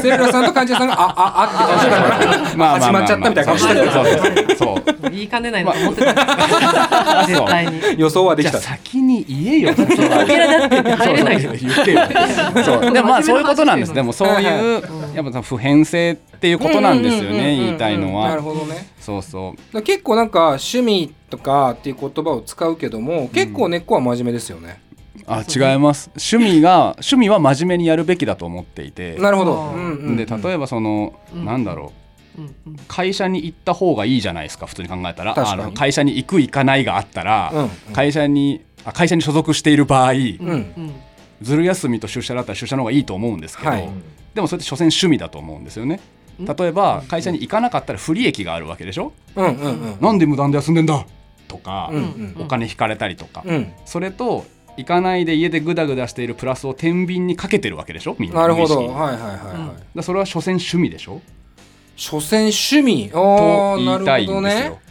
Speaker 3: セルラさんと患者さんがあああって顔してたからね
Speaker 6: まあまあまあ
Speaker 3: 始ま
Speaker 6: まあ
Speaker 3: っちゃったみたいな顔してる
Speaker 6: そうそうそうそう
Speaker 4: 言いかねないなと思ってた 絶対に
Speaker 3: 予想はで
Speaker 6: じ
Speaker 3: き
Speaker 6: ゃあ
Speaker 3: た
Speaker 6: 先に言えよ
Speaker 4: オケラだって入れないよ
Speaker 6: 言ってよそうでもまあそういうことなんですでもそう
Speaker 3: はい
Speaker 6: いうやっぱ普遍性っていうことなんです
Speaker 3: う
Speaker 6: よ
Speaker 3: んうんうんうん
Speaker 6: ね言いたいの
Speaker 3: なる
Speaker 6: は
Speaker 3: ほどね
Speaker 6: そうそ
Speaker 3: だ
Speaker 6: う
Speaker 3: から結構なんか趣味とかっていう言葉を使うけども結構根っこは真面目ですよね、
Speaker 6: あ違います趣味が趣味は真面目にやるべきだと思っていて
Speaker 3: なるほど、
Speaker 4: あー
Speaker 3: うんうん、
Speaker 6: で例えばその、
Speaker 4: うん
Speaker 6: なんだろ
Speaker 4: うんうん
Speaker 6: う会社に行った方がいいじゃないですか普通に考えたら
Speaker 3: 確か
Speaker 6: あ
Speaker 3: に
Speaker 6: の会社に行く行かないがあったら、
Speaker 3: うんうん
Speaker 6: 会社にあ会社に所属している場合、
Speaker 3: うん
Speaker 4: うん
Speaker 6: ずる休みと出社だったら出社の方がいいと思うんですけど、
Speaker 3: はい
Speaker 6: でもそれって所詮趣味だと思うんですよね。
Speaker 4: うん
Speaker 6: 例えば会社に行かなかったら不利益があるわけでしょ、
Speaker 3: うんうんうん
Speaker 6: なんで無断で休んでんだとか、
Speaker 3: うんうん
Speaker 6: お金引かれたりとか、
Speaker 3: うん
Speaker 6: それと行かないで家でグダグダしているプラスを天秤にかけてるわけでしょみんな
Speaker 3: なるほ
Speaker 6: 無意識
Speaker 3: ど
Speaker 6: に
Speaker 3: はいはいはいはい、
Speaker 4: うん
Speaker 6: だそれは所詮趣味でしょ
Speaker 3: 所詮趣味あ
Speaker 6: と
Speaker 3: ー
Speaker 6: 言いたいんですよ、
Speaker 4: はあ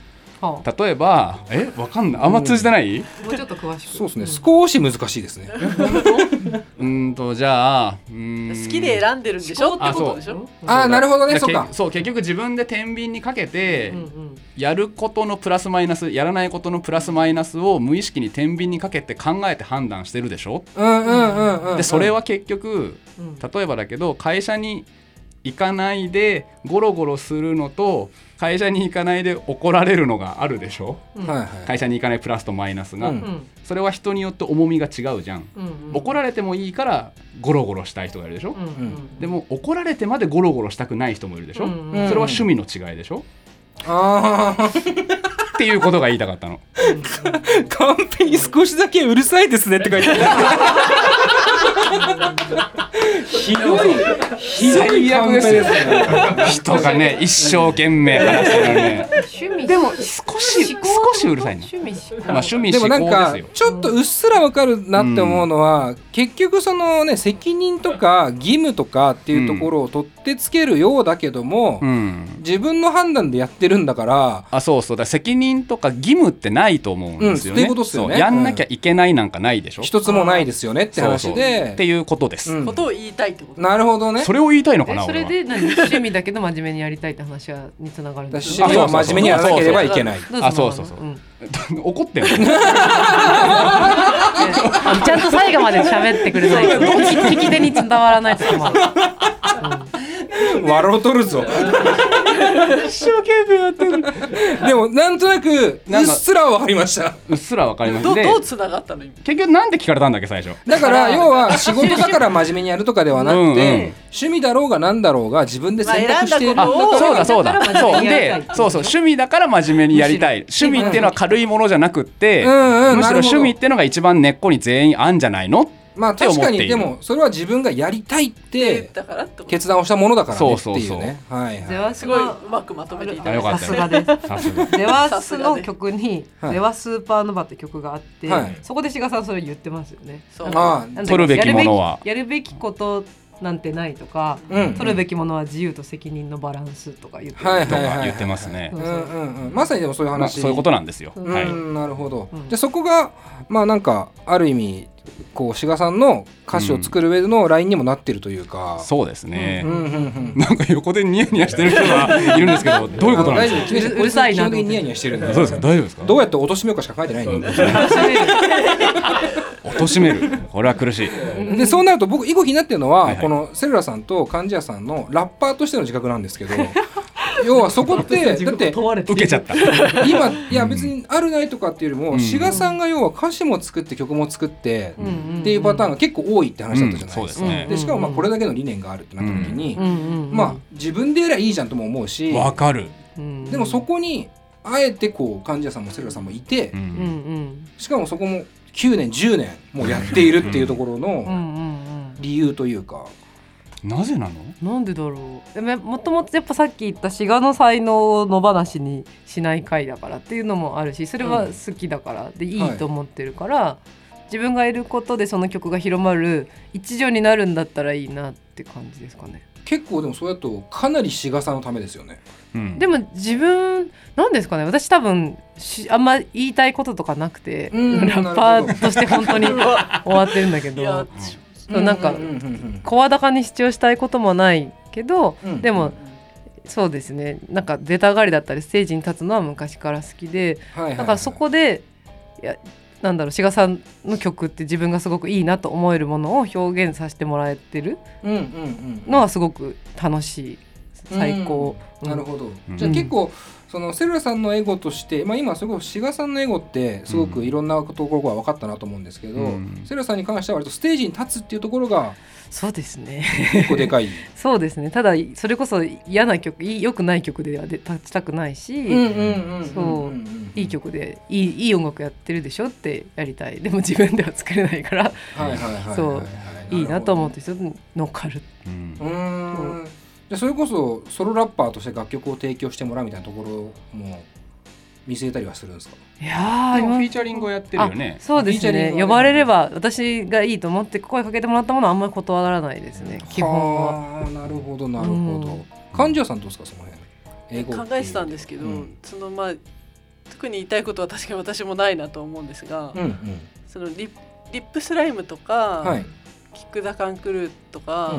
Speaker 6: 例えばえわかんないあんま通じてない、う
Speaker 4: もうちょっと詳しく
Speaker 3: そうですね少し難しいですね
Speaker 6: ーんとじゃあうーん
Speaker 7: 好きで選んでるんでしょって
Speaker 6: あ
Speaker 7: こ
Speaker 6: そ
Speaker 7: と
Speaker 6: う
Speaker 7: でしょ
Speaker 3: ああなるほどね
Speaker 6: だ
Speaker 3: そっ
Speaker 6: け
Speaker 3: か
Speaker 6: そう結局自分で天秤にかけて、
Speaker 4: うんうん
Speaker 6: やることのプラスマイナスやらないことのプラスマイナスを無意識に天秤にかけて考えて判断してるでしょ
Speaker 3: うんうんうんうんうん
Speaker 6: でそれは結局
Speaker 4: うん
Speaker 6: 例えばだけど会社に行かないでゴロゴロするのと会社に行かないで怒られるのがあるでしょ
Speaker 4: うん
Speaker 3: はいはい
Speaker 6: 会社に行かないプラスとマイナスが、
Speaker 3: う
Speaker 4: うんん
Speaker 6: それは人によって重みが違うじゃん、
Speaker 4: うんうん
Speaker 6: 怒られてもいいからゴロゴロしたい人がいるでしょ、
Speaker 4: うんうん
Speaker 6: でも怒られてまでゴロゴロしたくない人もいるでしょ、
Speaker 4: うんうん
Speaker 6: それは趣味の違いでしょ、
Speaker 3: ああ
Speaker 6: っていうことが言いたかったの
Speaker 3: カンペに少しだけうるさいですねって書いてある。ひどい、ひどいカンペですね。
Speaker 6: 人 がね一生懸命話してるのね
Speaker 4: 趣味
Speaker 6: でも少し少しうるさいな、
Speaker 4: 趣味
Speaker 6: まあ、趣味
Speaker 3: で
Speaker 6: 思
Speaker 3: もなん
Speaker 6: 考
Speaker 3: か
Speaker 6: ですよ
Speaker 3: ちょっとうっすらわかるなって思うのは、結局そのね責任とか義務とかっていうところを取ってつけるようだけども、
Speaker 6: うん
Speaker 3: 自分の判断でやってるんだから
Speaker 6: あそうそうだから責任とか義務ってないと思うんですよね。
Speaker 3: うんそういうことっすよね
Speaker 6: そうやんなきゃいけないなんかないでしょ。
Speaker 3: 一つもないですよねって
Speaker 6: そうそ
Speaker 3: 話
Speaker 6: う
Speaker 3: で
Speaker 6: っていうことです。
Speaker 3: うん
Speaker 7: ことを言いたいってこと
Speaker 3: なるほどね
Speaker 6: それを言いたいのか
Speaker 4: え
Speaker 6: な
Speaker 4: そ
Speaker 6: 俺
Speaker 4: れ
Speaker 6: は。
Speaker 4: で何趣味だけど真面目にやりたいって話はにつながるんです
Speaker 3: 私
Speaker 4: か
Speaker 6: あそう
Speaker 3: は真面目にやらなければいけない
Speaker 4: どぞ
Speaker 6: あそうそうそう
Speaker 4: うん
Speaker 6: 怒ってる。ど
Speaker 4: あちゃんと最後まで喋ってくれないと聞き聞き手に伝わらないと困る
Speaker 3: 笑うとる ぞ一生懸命やってるでもなんとなくう
Speaker 6: なん
Speaker 3: っ
Speaker 6: か
Speaker 3: すらはわかりました
Speaker 6: うっすらわかります
Speaker 7: ど
Speaker 6: で
Speaker 7: どうつながったの今
Speaker 6: 結局なんで聞かれたんだっけ最初。
Speaker 3: だから要は仕事だから真面目にやるとかではな
Speaker 6: うんう
Speaker 3: く
Speaker 6: ん
Speaker 3: て、趣味だろうが何だろうが自分で選択してるんだ
Speaker 7: まあ
Speaker 6: あ
Speaker 7: 選んだことを
Speaker 6: そうだそうだ
Speaker 4: だから
Speaker 6: そう
Speaker 4: 真面目にやり
Speaker 6: で
Speaker 4: たい
Speaker 6: そうそう趣味だから真面目にやりたい趣味っていうのは軽いものじゃなくって、
Speaker 3: うんうん
Speaker 6: むしろ
Speaker 3: なるほど
Speaker 6: 趣味っていうのが一番根っこに全員あんじゃないの
Speaker 3: まあ
Speaker 6: って思
Speaker 3: 確
Speaker 6: っ
Speaker 3: か
Speaker 6: てい
Speaker 3: に
Speaker 6: る
Speaker 3: でもそれは自分がやりたいっ
Speaker 7: 言ってたからってこと
Speaker 3: 決断をしたものだからねっていうね
Speaker 6: そうそうそ
Speaker 3: はいはい
Speaker 4: ゼワス
Speaker 7: すごいう
Speaker 4: が
Speaker 7: まくまとめていた
Speaker 6: あ
Speaker 7: だい
Speaker 6: よか
Speaker 7: た
Speaker 4: さ
Speaker 6: った
Speaker 4: す
Speaker 6: よ
Speaker 4: がです
Speaker 6: さすが
Speaker 4: ゼワスの曲に「
Speaker 3: はい
Speaker 4: ゼワスーパーノバ」って曲があって、
Speaker 3: はい
Speaker 4: そこで志賀さんそれ言ってますよね。
Speaker 7: そう
Speaker 3: あ
Speaker 4: なんだっけ
Speaker 6: 取るべきものは
Speaker 4: やるべきやるべきことなんてないとか、
Speaker 3: うん
Speaker 4: 取るべきものは自由と責任のバランスとか言ってる、
Speaker 3: はい
Speaker 6: とか言ってますね
Speaker 3: う。んうんうんまさにでもそういう
Speaker 6: まあ
Speaker 3: 話、。
Speaker 6: そういうことなんですよ。
Speaker 4: う
Speaker 6: はいう
Speaker 3: んなるほど、
Speaker 4: うん
Speaker 3: でそこがまあなんかある意味こう志賀さんの歌詞を作る上でのラインにもなってるというか、
Speaker 6: そうですね。
Speaker 3: うんうんうん
Speaker 6: なんか横でニヤニヤしてる人がいるんですけど、どういうことなんです
Speaker 3: あの大丈夫
Speaker 4: うるうるさいな
Speaker 3: 基本的にニヤニヤしてるん
Speaker 6: か。
Speaker 3: で
Speaker 6: そうですか、大丈夫ですか。
Speaker 3: どうやって貶としめようかしか書いてないの
Speaker 6: 貶としめる。これは苦しい。
Speaker 3: でそうなると僕囲碁気になってるのは、
Speaker 6: はいはい
Speaker 3: このセルラさんと貫地谷さんのラッパーとしての自覚なんですけど要はそこってだって
Speaker 4: 問われて
Speaker 6: 受けちゃった。
Speaker 3: 今いや別にあるないとかっていうよりも、
Speaker 6: うん
Speaker 3: 志賀さんが要は歌詞も作って曲も作って、
Speaker 4: うんうんうん
Speaker 3: っていうパターンが結構多いって話だったじゃない
Speaker 6: う
Speaker 3: で
Speaker 6: んそうですす
Speaker 3: か。
Speaker 6: ね
Speaker 3: でしかもまあこれだけの理念があるってなった時に、
Speaker 4: うんうんうん
Speaker 3: まあ自分でやりゃいいじゃんとも思うし、
Speaker 6: わかる。
Speaker 4: うん
Speaker 3: でもそこにあえてこう貫地谷さんもセルラさんもいて、
Speaker 6: う。
Speaker 4: うんうんん
Speaker 3: しかもそこも9年10年もうやっているっていうところ
Speaker 4: うん
Speaker 3: の
Speaker 4: うんうん
Speaker 3: 理由というか。
Speaker 6: なぜなの。
Speaker 4: なんでだろうでももともとやっぱさっき言った志賀の才能を野放しにしない回だからっていうのもあるしそれは好きだからでいいと思ってるから、自分がいることでその曲が広まる一助になるんだったらいいなって感じですかね。
Speaker 3: 結構でもそうやとかなり志賀さんのためですよね。
Speaker 6: うん
Speaker 4: で。も自分なんですかね私多分しあんま言いたいこととかなくて、
Speaker 3: うん
Speaker 4: ラッパーとして本当に終わってるんだけ
Speaker 7: いや
Speaker 4: どそうなんか
Speaker 3: うううん
Speaker 4: 声高に主張したいこともないけど、
Speaker 3: うん
Speaker 4: でもそうですねなんか出たがりだったりステージに立つのは昔から好きで
Speaker 3: はいはいはい
Speaker 4: だからそこでいやなんだろう志賀さんの曲って自分がすごくいいなと思えるものを表現させてもらえてる
Speaker 3: うんうんうん
Speaker 4: のはすごく楽しい最高。うん
Speaker 3: なるほど、
Speaker 6: うん
Speaker 3: じゃあ結構そのセルラさんのエゴとして、まあ、今すごく志賀さんのエゴってすごくいろんなところが分かったなと思うんですけど、
Speaker 6: うん
Speaker 3: セルラさんに関しては割とステージに立つっていうところ が
Speaker 4: そうですね
Speaker 3: 結構でかい。
Speaker 4: そうですねただそれこそ嫌な曲いい良くない曲ではで立ちたくないし、
Speaker 3: ん
Speaker 4: そういい、曲でいいいい音楽やってるでしょってやりたいでも自分では作れないから
Speaker 3: はいはいはいはいはい、
Speaker 4: そういいなと思っ
Speaker 3: る
Speaker 4: て人に乗っかる
Speaker 6: うん
Speaker 3: ほど。うーんじゃあそれこそソロラッパーとして楽曲を提供してもらうみたいなところも見据えたりはするんですか
Speaker 4: いやー
Speaker 6: でも
Speaker 4: 今
Speaker 6: フィーチャリングをやってるよね
Speaker 4: あ。そうで
Speaker 3: フィーチャ
Speaker 4: す
Speaker 3: リング
Speaker 4: ね
Speaker 3: はね
Speaker 4: 呼ばれれば私がいいと思って声かけてもらったものはあんまり断らないですね基本は
Speaker 3: あーなるほどなるほど、
Speaker 4: うん
Speaker 3: 患者さんどうですかその辺英語
Speaker 7: 考えてたんですけど、
Speaker 3: うん
Speaker 7: そのまあ特に言いたいことは確かに私もないなと思うんですが、
Speaker 3: うんうん
Speaker 7: そのリップリップスライムとか、
Speaker 3: はい
Speaker 7: キック・ザ・カンクルーとか、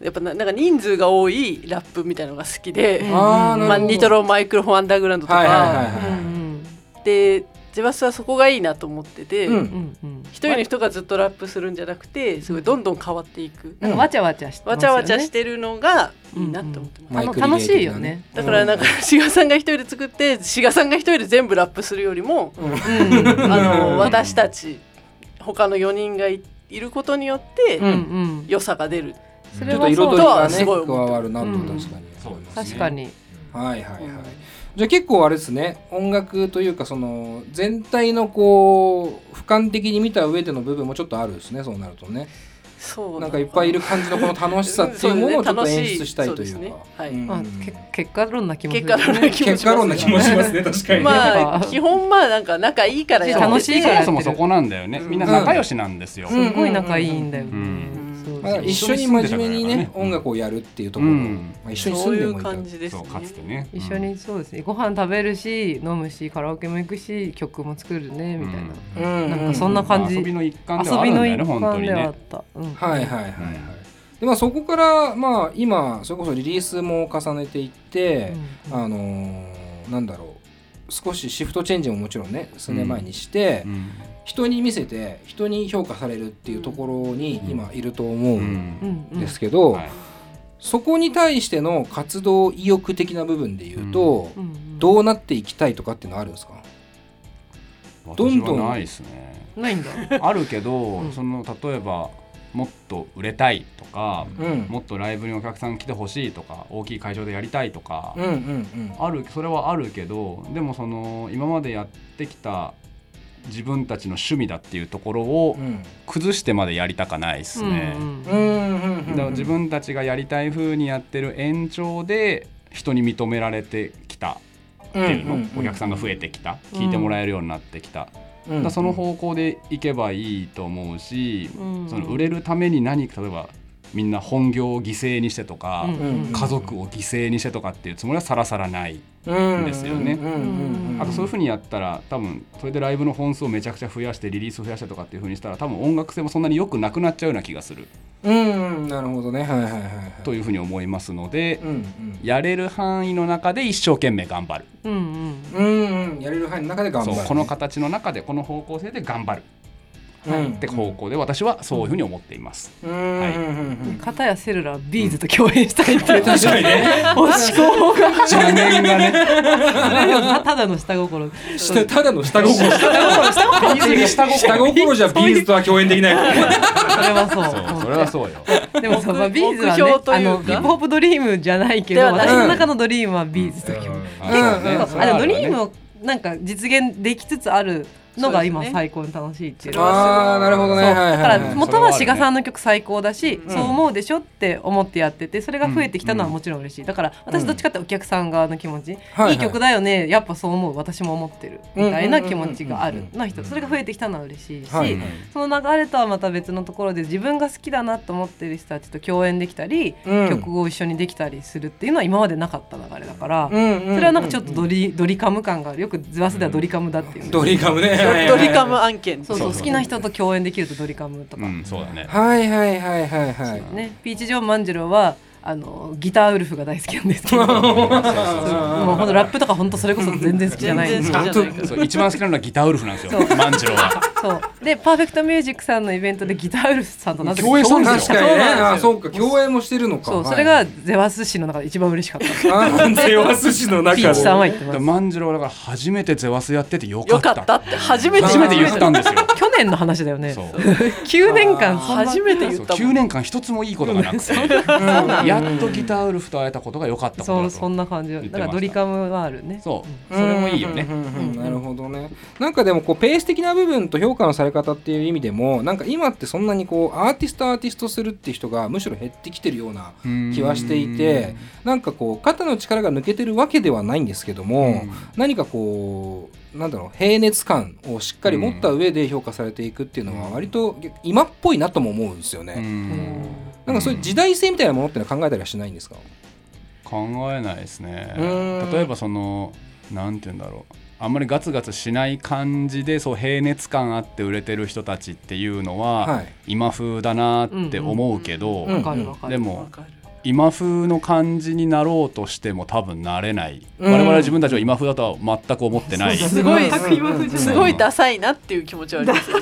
Speaker 7: やっぱななんか人数が多いラップみたいのが好きで、
Speaker 4: うん
Speaker 3: あーなるほど
Speaker 7: まあ、ニトロマイクロフォンアンダーグラウンドとか、
Speaker 3: はいはいはい
Speaker 4: うん
Speaker 7: でジバスはそこがいいなと思ってて、
Speaker 3: う
Speaker 7: 一
Speaker 3: ん
Speaker 4: うんうん
Speaker 7: 人の人がずっとラップするんじゃなくてすごいどんどん変わっていく、
Speaker 4: なんかわちゃわちゃしてま
Speaker 7: わ
Speaker 4: す
Speaker 7: ち
Speaker 4: よ
Speaker 7: ゃ
Speaker 4: ね
Speaker 7: わちゃしてるのがいいなと思ってます。
Speaker 3: マイクリレー的な
Speaker 4: 楽しいよね
Speaker 7: だからなんか志賀さんが一人で作って志賀さんが一人で全部ラップするよりも
Speaker 4: うん
Speaker 7: あ
Speaker 3: うん
Speaker 7: の私たち他の4人がいいることによって
Speaker 3: うん
Speaker 4: うん
Speaker 7: 良さが出る、
Speaker 4: そ
Speaker 3: ち
Speaker 4: れ
Speaker 3: ょっと
Speaker 4: は
Speaker 3: 彩り
Speaker 4: そう
Speaker 7: とは
Speaker 3: がね
Speaker 7: す
Speaker 3: 加
Speaker 7: ごい思って
Speaker 3: わるなと
Speaker 4: う
Speaker 3: 確
Speaker 4: ん
Speaker 3: かに、
Speaker 2: そうですね
Speaker 4: 確かに
Speaker 3: はいはいはい、
Speaker 7: うん
Speaker 3: じゃあ結構あれですね音楽というかその全体のこう俯瞰的に見た上での部分もちょっとあるですねそうなるとね
Speaker 7: そう
Speaker 3: なんかいっぱいいる感じのこの楽しさっていうものをちょっと演出したいというか
Speaker 7: そうですね楽しいそうですねはい
Speaker 3: うん
Speaker 4: まあけ結果論な気もす
Speaker 7: 結
Speaker 4: る
Speaker 7: 果論な気 も
Speaker 3: 結
Speaker 7: し
Speaker 3: 果論な気もし
Speaker 7: ます
Speaker 3: ますね確かに、ね
Speaker 7: まあ基本まあなんか仲いいからやってて
Speaker 4: 楽しい
Speaker 6: そ
Speaker 4: から
Speaker 6: もそもそこなんだよね。みんな仲良しなんですよ。
Speaker 4: すごい仲いいんだよね
Speaker 6: うん
Speaker 4: そうそう
Speaker 3: まあ一緒に真面目にね音楽をやるっていうところ、
Speaker 6: うん
Speaker 3: まあ、一緒に
Speaker 7: そ
Speaker 3: 住ん
Speaker 7: うい
Speaker 3: で
Speaker 7: う
Speaker 3: もいた
Speaker 7: 感じです
Speaker 6: そ
Speaker 7: ね
Speaker 6: うかつてね。
Speaker 4: 一緒にそうですねご飯食べるし飲むしカラオケも行くし曲も作るねみたいな、
Speaker 3: うん
Speaker 4: なんかそんな感じ
Speaker 6: 遊びの一環では
Speaker 4: 遊
Speaker 6: あ
Speaker 4: び
Speaker 6: るん
Speaker 4: の
Speaker 6: だよ
Speaker 4: 一
Speaker 6: ね本当
Speaker 4: 環
Speaker 6: に
Speaker 4: ではあっ
Speaker 6: ね。
Speaker 4: た、うん
Speaker 3: はいはいはいはい、
Speaker 6: うん
Speaker 3: でまあそこからまあ今それこそリリースも重ねていって、
Speaker 4: うん
Speaker 3: あのーなんだろう少しシフトチェンジももちろんね数年前にして、
Speaker 6: うん
Speaker 3: 人に見せて人に評価されるっていうところに
Speaker 6: うん
Speaker 3: 今いると思う
Speaker 6: うん
Speaker 4: うんんうん
Speaker 3: ですけど、
Speaker 6: はい
Speaker 3: そこに対しての活動意欲的な部分で言うと、
Speaker 4: うんうん
Speaker 3: どうなっていきたいとかっていうのはあるんですか、どんどん
Speaker 6: 私はないですね。
Speaker 4: ないんだ、
Speaker 6: あるけど、
Speaker 4: うん
Speaker 6: その例えばもっと売れたいとか、
Speaker 3: うん
Speaker 6: もっとライブにお客さん来てほしいとか大きい会場でやりたいとか、
Speaker 3: うんうんうん
Speaker 6: あるそれはあるけどでもその今までやってきた自分たちの趣味だっていうところを
Speaker 3: うん
Speaker 6: 崩してまでやりたかないですね。
Speaker 4: うん
Speaker 3: うんうんうん
Speaker 6: だから自分たちがやりたい風にやってる延長で人に認められてきた
Speaker 3: って
Speaker 6: っていうの、お客さんが増えてきた、聞いてもらえるようになってきた、
Speaker 3: う
Speaker 6: だから
Speaker 3: ん
Speaker 6: その方向でいけばいいと思うし、
Speaker 4: うん
Speaker 6: その売れるために何例えばみんな本業を犠牲にしてとか、
Speaker 4: うん
Speaker 3: うん
Speaker 6: 家族を犠牲にしてとかっていうつもりはさらさらない、
Speaker 3: うん
Speaker 6: ですよね
Speaker 3: うんうんうん
Speaker 6: あとそういうふうにやったら多分それでライブの本数をめちゃくちゃ増やしてリリースを増やしてとかっていうふうにしたら多分音楽性もそんなによくなくなっちゃうような気がする
Speaker 3: うんうんなるほどねはいはいはいはい
Speaker 6: というふうに思いますので、
Speaker 3: うんうん
Speaker 6: やれる範囲の中で一生懸命頑張る
Speaker 4: うんうん
Speaker 3: うんうんやれる範囲の中で頑張る
Speaker 6: そうこの形の中でこの方向性で頑張る
Speaker 3: うん
Speaker 6: って方向で私はそういうふうに思っています。
Speaker 3: うんうん
Speaker 6: はい
Speaker 3: うん
Speaker 4: 片やセルラービーズと共演したいっていう
Speaker 3: 確かにね
Speaker 4: 思考が
Speaker 6: 邪念がね
Speaker 4: たただの下心
Speaker 3: してただの下心
Speaker 6: ビーズに下
Speaker 3: 下
Speaker 6: 心
Speaker 3: 心じゃビーズとは共演できない
Speaker 4: それはそう
Speaker 6: そうそれはそうよ
Speaker 4: でもそう、まあ、ビーズは
Speaker 7: 目
Speaker 4: ね
Speaker 7: 標と
Speaker 4: あ
Speaker 7: いうか
Speaker 4: のヒップホップドリームじゃないけど
Speaker 7: ではない
Speaker 4: 私の中のドリームはビーズと共演、
Speaker 3: うん
Speaker 4: あでもドリームをなんか実現できつつあるのが今最高に楽しいっていう
Speaker 7: そうですね
Speaker 3: ああなるほどねはいはい
Speaker 4: だから
Speaker 3: はい
Speaker 4: 元は志賀さんの曲最高だし、
Speaker 7: うん
Speaker 4: そう思うでしょって思ってやっててそれが増えてきたのはもちろん嬉しいだから私どっちかってお客さん側の気持ち、
Speaker 3: はい
Speaker 4: いい曲だよねやっぱそう思う私も思ってるみたいな気持ちがあ
Speaker 3: うん
Speaker 4: る
Speaker 3: うんうん
Speaker 4: の人それが増えてきたのは嬉しいし、
Speaker 3: はいはい
Speaker 4: その流れとはまた別のところで自分が好きだなと思ってる人たちと共演できたり、
Speaker 3: うん
Speaker 4: 曲を一緒にできたりするっていうのは今までなかった流れだから、
Speaker 3: うんうんうん
Speaker 4: それはなんかちょっとドリドリカム感があるよくズワスではドリカムだっていう、
Speaker 3: ドリカムね
Speaker 7: ドリカム案件
Speaker 4: そうそう好きな人と共演できるとドリカムとか、
Speaker 6: うんそうだね
Speaker 3: はいはいはいはいはい
Speaker 4: ね、ピーチ・ジョン万次郎はあのギターウルフが大好きなんですけ どもうほんとラップとかほんとそれこそ全然好きじゃない
Speaker 7: 全然好きじゃないから
Speaker 6: そう一番好きなのはギターウルフなんですよ万次郎は
Speaker 4: そうでパーフェクトミュージックさんのイベントでギターウルフさんとなぜか
Speaker 6: 共演したん
Speaker 3: 確
Speaker 6: です
Speaker 3: か
Speaker 6: よ
Speaker 3: にねあそうか共演もしてるのか
Speaker 4: そ
Speaker 3: は
Speaker 4: う
Speaker 3: い
Speaker 4: それがゼワス市の中で一番嬉しかったピ
Speaker 3: あーゼワ寿司の中
Speaker 4: ーチさんは
Speaker 3: で
Speaker 4: 言ってます
Speaker 6: 万次郎はだから初めてゼワスやっててよか
Speaker 7: よ
Speaker 6: っ
Speaker 7: か
Speaker 6: た
Speaker 7: ったって初めて
Speaker 6: 初めて言ったんですよ
Speaker 4: 去年の話だよね
Speaker 6: そう
Speaker 4: 9年間そんな
Speaker 7: 初めて
Speaker 6: そ
Speaker 7: 言
Speaker 6: う
Speaker 7: った
Speaker 6: 9
Speaker 7: もん
Speaker 6: 年間一つもいいことがなくてやっとギターウルフと会えたことが良かったこと
Speaker 4: そ
Speaker 6: だ
Speaker 4: うそ
Speaker 6: と
Speaker 4: んな感じだ
Speaker 6: 言っ
Speaker 4: か
Speaker 6: てました
Speaker 4: らドリカムはあるね
Speaker 6: そうそれもいいよね
Speaker 3: うんうんうんうんなるほどね。なんかでもこうペース的な部分と評価のされ方っていう意味でもなんか今ってそんなにこうアーティストアーティストするっていう人がむしろ減ってきてるような気はしていてなんかこう肩の力が抜けてるわけではないんですけども、
Speaker 6: うん
Speaker 3: 何かこうなんだろう平熱感をしっかり持った上で評価されていくっていうのは
Speaker 6: うん
Speaker 3: 割と今っぽいなとも思うんですよね。
Speaker 6: うん
Speaker 3: なんかそういう時代性みたいなものってのは考えたりはしないんですか、
Speaker 6: 考えないですね
Speaker 3: うん
Speaker 6: 例えばそのなんて言うんだろうあんまりガツガツしない感じでそう平熱感あって売れてる人たちっていうのは、
Speaker 3: はい
Speaker 6: 今風だなって思うけど、
Speaker 3: うん
Speaker 4: わかるわかる
Speaker 6: で
Speaker 7: わ
Speaker 6: も
Speaker 7: かる
Speaker 6: 今風の感じになろうとしても多分なれない、
Speaker 3: うん
Speaker 6: 我々は自分たちは今風だとは全く思ってない
Speaker 7: すごい
Speaker 3: うん
Speaker 4: 白衣じゃ
Speaker 7: すごいダサいなっていう気持ちはありますよ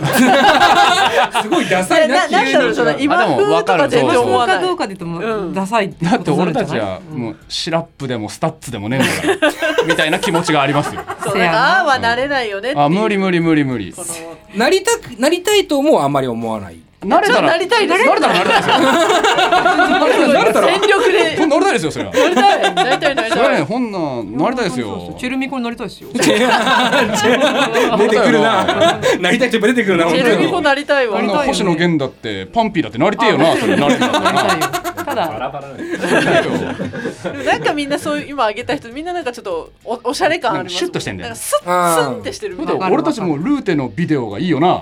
Speaker 3: すごいダサ
Speaker 7: ない
Speaker 3: な
Speaker 7: な
Speaker 3: って
Speaker 7: なんだろうその
Speaker 3: いう
Speaker 7: 今風とか全
Speaker 6: あで
Speaker 7: 然
Speaker 6: も
Speaker 7: 思
Speaker 4: 思
Speaker 7: わ
Speaker 4: うか
Speaker 7: ない
Speaker 4: どうかで言うと
Speaker 7: う
Speaker 4: も
Speaker 7: ん
Speaker 4: ダサいって
Speaker 6: だっ
Speaker 4: こ
Speaker 6: て
Speaker 4: とになる
Speaker 6: 俺
Speaker 4: んじゃ
Speaker 6: た
Speaker 4: な
Speaker 6: ち
Speaker 4: い
Speaker 6: はもうシラップでもスタッツでもねえんだからみたいな気持ちがありますよ。
Speaker 7: そうなんかああはなれないよねっていう
Speaker 6: あ無理無理無理無理。
Speaker 7: この
Speaker 3: なりたくなりたいともあんまり思わない
Speaker 6: 慣れたら
Speaker 7: なりたいです
Speaker 6: 慣れたらなれたいですよ。慣れたら
Speaker 7: 戦力で
Speaker 6: そんな 慣れたいですよそれは。
Speaker 7: なりたいなりたいなり
Speaker 6: それは
Speaker 7: た
Speaker 6: ね
Speaker 7: い
Speaker 6: ほんなんなりたいです
Speaker 4: そうそ
Speaker 6: よ
Speaker 4: う。チェルミコになりたいですよ
Speaker 3: 出てくるななりたいといえば出てくるな
Speaker 7: チ
Speaker 3: 本
Speaker 7: ェ
Speaker 3: 当
Speaker 7: ルミ
Speaker 3: に
Speaker 7: コなりたいわ
Speaker 6: あん
Speaker 4: りたい
Speaker 6: な
Speaker 4: よね
Speaker 6: 星野源だってパンピーだってなりてえよな。
Speaker 4: あ
Speaker 6: それなれてたからな。
Speaker 4: ただ
Speaker 7: でもなんかみんなそういう今挙げた人みんななんかちょっとおおしゃれ感あります
Speaker 6: シュッとしてんだよ
Speaker 7: なんかスッス
Speaker 3: あー
Speaker 7: ッってしてるみたいな
Speaker 6: 俺たちもルーテのビデオがいいよな。
Speaker 4: わ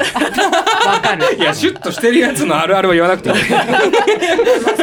Speaker 4: かる
Speaker 3: いやシュッとしてるやつのあるあるは言わなくていい
Speaker 7: そ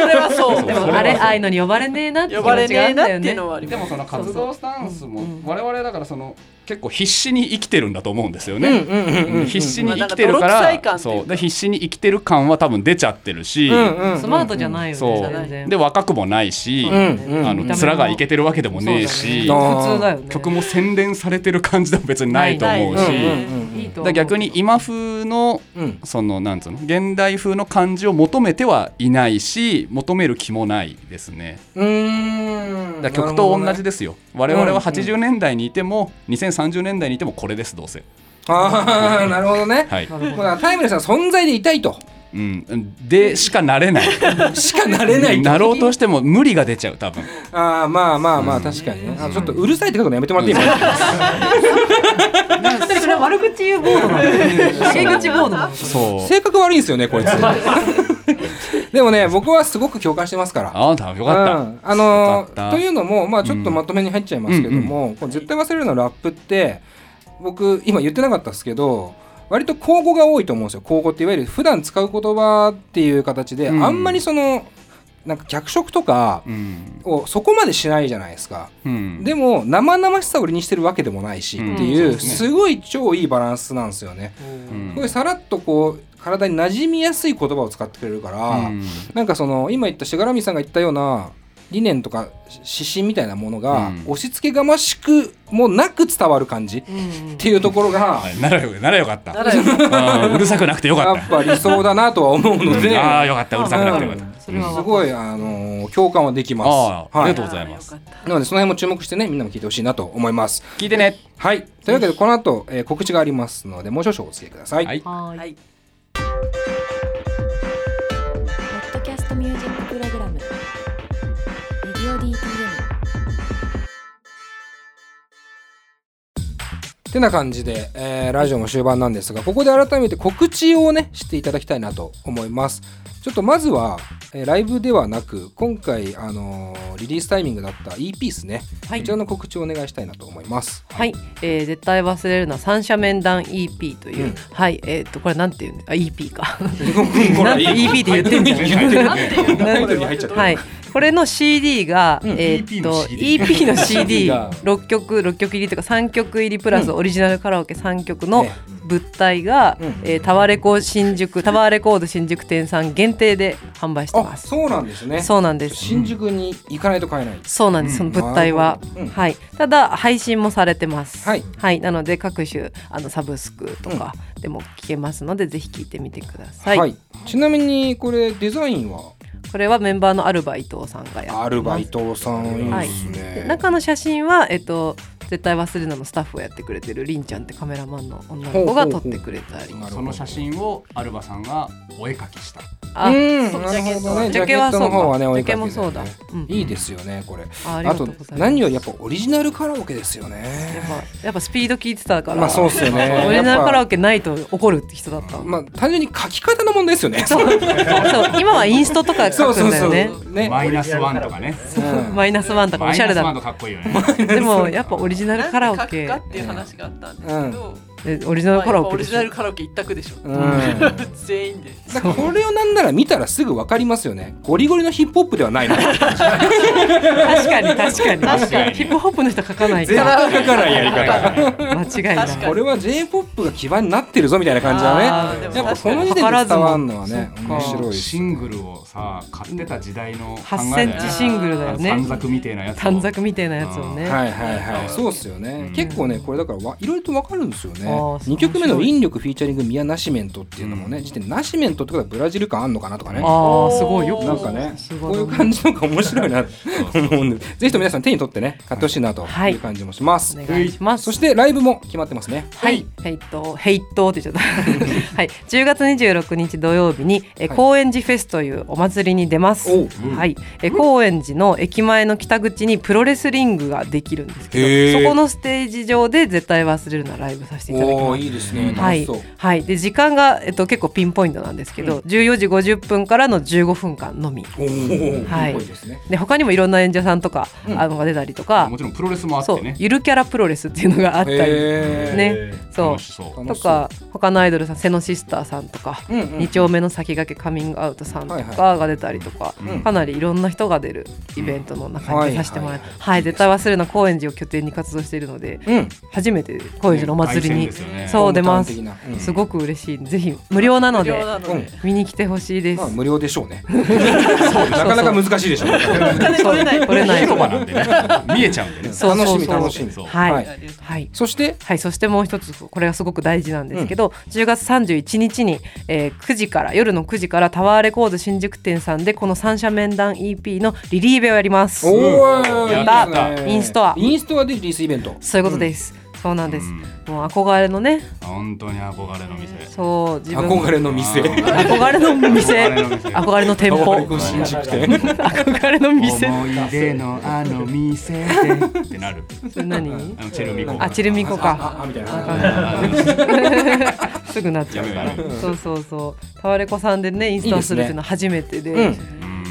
Speaker 7: れはそう
Speaker 4: でもあれ愛のに呼ばれねえなって気
Speaker 7: 呼
Speaker 4: 持
Speaker 7: ばれ
Speaker 4: ちがあ
Speaker 7: ね
Speaker 4: る
Speaker 7: え
Speaker 4: ん
Speaker 7: な
Speaker 4: だよ
Speaker 7: っていう
Speaker 4: ね
Speaker 7: のはあり
Speaker 6: で
Speaker 7: ま
Speaker 6: もその活動スタンスも
Speaker 4: うん
Speaker 6: 我々だからその結構必死に生きてるんだと思うんですよね。
Speaker 3: うんうんうんうん
Speaker 6: 必死に生きてるか
Speaker 7: まあ
Speaker 6: ら
Speaker 7: なんか泥臭い感っていうか
Speaker 6: そうで必死に生きてる感は多分出ちゃってるし、
Speaker 3: うんうんうん
Speaker 4: スマートじゃないよ
Speaker 6: そ
Speaker 4: ね
Speaker 6: う
Speaker 4: 全然
Speaker 6: で若くもないし、
Speaker 3: うんうん
Speaker 6: あの面がいけてるわけでもねえし、
Speaker 3: そうだね
Speaker 4: 普通だよね
Speaker 6: 曲も洗練されてる感じでも別にないと思
Speaker 3: うん
Speaker 7: ない
Speaker 6: うし、
Speaker 7: ない
Speaker 3: うんうん
Speaker 4: いいと思
Speaker 6: だから
Speaker 4: う
Speaker 6: 逆に今風の
Speaker 3: うん
Speaker 6: そのなんつうの現代風の感じを求めてはいないし求める気もないですね。
Speaker 3: うーん
Speaker 6: だから曲と同じですよ、我々は
Speaker 3: うん
Speaker 6: 80年代にいても2030年代にいてもこれですどうせ。
Speaker 3: ああなるほどね、
Speaker 6: はい
Speaker 4: なるほ
Speaker 3: もうだからタイムレスな存在でいたいと
Speaker 6: うん、でしかなれない
Speaker 3: しかなれないと
Speaker 6: なろうとしても無理が出ちゃう多分。
Speaker 3: ああまあまあまあ確かにねあちょっとうるさいって書くのやめてもらっていいですか
Speaker 4: どそれ悪口言うボードなの陰口ボードなの
Speaker 6: そう。
Speaker 3: 性格悪いんですよねこいつでもね僕はすごく共感してますから
Speaker 6: ああだよかった。
Speaker 3: うん、あの
Speaker 6: よかった
Speaker 3: というのも、まあ、ちょっとまとめに入っちゃいますけども、この絶対忘れるのラップって僕今言ってなかったですけど割と口語が多いと思うんですよ口語っていわゆる普段使う言葉っていう形で、
Speaker 6: うん
Speaker 3: あんまりそのなんか脚色とか
Speaker 6: うん
Speaker 3: をそこまでしないじゃないですか、
Speaker 6: うん、
Speaker 3: でも生々しさを売りにしてるわけでもないしっていう、
Speaker 6: うんそうですね
Speaker 3: すごい超いいバランスなんですよね。
Speaker 6: うん
Speaker 3: これさらっとこう体に馴染みやすい言葉を使ってくれるから、
Speaker 6: うん
Speaker 3: なんかその今言ったしがらみさんが言ったような理念とかし指針みたいなものが、
Speaker 6: うん
Speaker 3: 押し付けがましくもなく伝わる感じっ
Speaker 4: うん
Speaker 3: ていうところが、
Speaker 6: はいならよならよかった
Speaker 7: ならよか
Speaker 6: うんうるさくなくてよか
Speaker 3: や
Speaker 6: った
Speaker 3: っぱ理想だなとは思うので、
Speaker 6: ああよかったうるさくなくてよかった
Speaker 4: それは
Speaker 3: す
Speaker 4: わかる
Speaker 3: ごい、あのー共感はできます。
Speaker 6: ああ
Speaker 3: は
Speaker 6: あ
Speaker 3: い、
Speaker 6: りがとうございます
Speaker 7: あーよか った
Speaker 3: なのでその辺も注目してねみんなも聞いてほしいなと思います。
Speaker 6: 聞いてね
Speaker 3: はいというわけでこの後、えー告知がありますのでもう少々お付き合いください。
Speaker 6: はい
Speaker 4: はーい
Speaker 7: はい
Speaker 1: ポッドキャストミュージックプログラム「レディオ DTM」
Speaker 3: てな感じで、えーラジオも終盤なんですがここで改めて告知をねしていただきたいなと思いますちょっとまずは、えーライブではなく今回、あのーリリースタイミングだった EP ですね、
Speaker 4: はい
Speaker 3: こちらの告知をお願いしたいなと思います
Speaker 4: はい、えー絶対忘れるな三者面談 EP という、
Speaker 3: うん
Speaker 4: はい、えっ、とこれなんていうんで、あ EP か。
Speaker 3: これ
Speaker 4: なんて EP って言ってんじゃ
Speaker 3: 言ってる
Speaker 4: ん。
Speaker 3: タイトルに入っちゃった
Speaker 4: はい、これの CD が、
Speaker 3: うん
Speaker 4: えーっと EP の CD 六曲六曲入りというか三曲入りプラスオリジナルカラオケ三曲の
Speaker 3: ね
Speaker 4: 物体が、
Speaker 3: うん
Speaker 4: えータワーレコ新宿タワーレコード新宿店さん限定で販売してま
Speaker 3: あ
Speaker 4: す。
Speaker 3: そうなんですね
Speaker 4: そうなんです。
Speaker 3: 新宿に行かないと買えない、
Speaker 4: そうなんです、その物体は
Speaker 3: なるほ、どうん
Speaker 4: はいただ配信もされてます
Speaker 3: はい
Speaker 4: なので各種あのサブスクとかでも聞けますので、ぜひ聞いてみてください、
Speaker 3: ちなみにこれデザインは
Speaker 4: これはメンバーのアルバイトさんがやってます
Speaker 3: アルバイトさんいいですね、
Speaker 4: で中の写真はえっと絶対忘れるなのスタッフをやってくれてるりんちゃんってカメラマンの女の子が撮ってくれたり
Speaker 3: ほうほうほう
Speaker 6: その写真をアルバさんがお絵描きした
Speaker 4: あ
Speaker 3: うん
Speaker 7: そう
Speaker 3: なるほどねジ
Speaker 4: ジ
Speaker 3: ャケ
Speaker 4: ャケ
Speaker 3: ッ
Speaker 4: は
Speaker 3: ト
Speaker 4: そう
Speaker 3: の方はね
Speaker 4: ジ
Speaker 3: 追い
Speaker 4: ャ
Speaker 3: かけ
Speaker 4: ケもそうだ、うん
Speaker 3: いいですよねこれ
Speaker 4: ああり
Speaker 3: あ
Speaker 4: がと
Speaker 3: と
Speaker 4: うございます
Speaker 3: 何よりやっぱオリジナルカラオケですよ
Speaker 4: やっ
Speaker 3: ね。
Speaker 4: ぱやっぱスピード聞いてたから、
Speaker 3: まあそうっすよね。
Speaker 4: オリジナルカラオ
Speaker 3: ケ。
Speaker 4: ケないと怒るって人だった、
Speaker 3: まあ単純に書き方の問題ですよね。そう
Speaker 4: そう今はインストとか書くんだよね
Speaker 3: ね。
Speaker 6: マイナスワンとかね
Speaker 3: うん
Speaker 4: マイナスワンとかお
Speaker 6: マイ
Speaker 4: しゃ れ
Speaker 6: ナスワ
Speaker 4: だ
Speaker 6: ンとかっこいいよね
Speaker 4: でもやっぱオリジナルカラオ
Speaker 7: なんて
Speaker 4: ケ
Speaker 7: 書くかっていう話があったんですけど、
Speaker 3: う
Speaker 4: えオリジナルカラオ
Speaker 7: まあやっぱオ
Speaker 4: ケで
Speaker 7: リジ
Speaker 4: し
Speaker 7: ナ
Speaker 4: ょ
Speaker 7: ルカラオケ一択でし ょ
Speaker 3: うん
Speaker 7: 全員で
Speaker 3: だからこれをなんなら見たらすぐ分かりますよねゴリゴリのヒップホップでは ないな
Speaker 4: 確かに確かに
Speaker 2: 確かに
Speaker 4: ヒップホップの人書かないか
Speaker 3: 絶
Speaker 4: ら
Speaker 3: 対書かないやり方
Speaker 4: 間違いない
Speaker 7: 確かに
Speaker 3: これは j p o p が基盤になってるぞみたいな感じ
Speaker 4: あ
Speaker 3: だね
Speaker 4: ーでも
Speaker 3: やっぱ
Speaker 7: 確か
Speaker 3: そ
Speaker 7: に
Speaker 3: の時点で伝わるのはね
Speaker 4: 図らずも
Speaker 3: 面白い
Speaker 6: シ
Speaker 3: し
Speaker 6: ングルをさ買ってた時代の考え
Speaker 4: 8センチシングルだよね
Speaker 6: 短冊みたいなやつを
Speaker 4: 短冊みたいなやつをね、
Speaker 3: はいはいはいそうっすよね、
Speaker 6: うん
Speaker 3: 結構ねこれだからわいろいろと分かるんですよね
Speaker 4: あーそう
Speaker 3: 2曲目の「引力フィーチャリングミア・ナシメント」っていうのもね、時点でナシメントってことはブラジル感あんのかなとかね
Speaker 4: ああすごいよく
Speaker 3: なんかね
Speaker 4: す
Speaker 3: こ
Speaker 4: ご
Speaker 3: ういう感じのが面白いなと思うんでぜひとも皆さん手に取ってね買ってほしいなと
Speaker 4: はいいう
Speaker 3: 感じもします、
Speaker 4: お願いします
Speaker 3: そしてライブも決まってますね
Speaker 4: はい、ヘイト、ヘイトって言っち ゃった。はい、10月26日土曜日に、え、
Speaker 3: はい
Speaker 4: 高円寺フェスというお祭りに出ます。
Speaker 3: おう
Speaker 4: はい、え、高円寺の駅前の北口にプロレスリングができるんですけど、そこのステージ上で絶対忘れるなライブさせていただきます。
Speaker 3: おーいいですね
Speaker 4: は
Speaker 3: 楽し
Speaker 4: い
Speaker 3: そう、、
Speaker 4: はい、で時間が、えっと、結構ピンポイントなんですけど、14時50分からの15分間のみ
Speaker 3: おー
Speaker 4: はい
Speaker 3: いいですね
Speaker 4: で他にもいろんな演者さんとか、
Speaker 3: うん
Speaker 4: あのが出たりとか、
Speaker 6: もちろんプロレスもあっ
Speaker 4: そ
Speaker 6: て
Speaker 4: う
Speaker 6: ね
Speaker 4: ゆるキャラプロレスっていうのがあったり、
Speaker 3: へー
Speaker 4: ねそう
Speaker 6: 楽しそう
Speaker 3: 楽
Speaker 4: と
Speaker 3: しそう
Speaker 4: か他のアイドルさん瀬野シスターさんとか、
Speaker 3: うんうん
Speaker 4: 二丁目の先駆けカミングアウトさんと
Speaker 3: はい
Speaker 4: かが出たりとか、
Speaker 3: うん
Speaker 4: かなりいろんな人が出るイベントの中
Speaker 3: うん
Speaker 4: に出させてもらって、
Speaker 3: はい
Speaker 4: はい
Speaker 3: はい
Speaker 4: 絶対忘れな高円寺を拠点に活動しているので
Speaker 3: うん
Speaker 4: 初めて高円寺のお祭りに、
Speaker 6: ね凱旋ですよね
Speaker 4: そう出ます
Speaker 3: ホームタウン的なうん
Speaker 4: すごく嬉しいぜひ無料なの
Speaker 7: 無料
Speaker 4: で
Speaker 7: なので
Speaker 4: 見に来てほしいです。
Speaker 3: まあ無料でしょうねなかなか難しいでしょうね
Speaker 7: お 金取れない
Speaker 4: 取れない
Speaker 6: 広場なんでね見えちゃうんで ね
Speaker 4: そうそうそ
Speaker 3: 楽
Speaker 4: う
Speaker 3: しみ楽しみ
Speaker 6: そう
Speaker 4: はい、
Speaker 3: は
Speaker 4: はいい
Speaker 7: ありがとう
Speaker 3: そして
Speaker 4: はい、そしてもう一つこれがすごく大事なんですけど、10月31日に、えー9時から夜の9時からタワーレコード新宿店さんでこの三者面談 EP のリリーベをやります。
Speaker 3: おー
Speaker 6: や
Speaker 4: った
Speaker 3: いいですね
Speaker 4: インストア
Speaker 3: インストアでリリースイベント
Speaker 4: そういうことです。そうなんです。もう憧れのね、
Speaker 6: 本当に憧れの店
Speaker 4: そう自分
Speaker 3: 憧れの店
Speaker 4: 憧れの店
Speaker 6: 憧れの店、
Speaker 4: 憧れの店舗、
Speaker 3: 憧れの新宿店
Speaker 4: 憧れの店。
Speaker 6: 思い出のあの店でってなる
Speaker 4: それ何
Speaker 6: あ？のチェルミコ
Speaker 4: あチルミコ
Speaker 3: あ
Speaker 4: か。
Speaker 3: あみたいな
Speaker 6: あー
Speaker 4: すぐなっちゃうから
Speaker 6: やめよ。
Speaker 4: そうそうそう。タワレコさんでねインストアするっていうのは初めてで。
Speaker 3: うん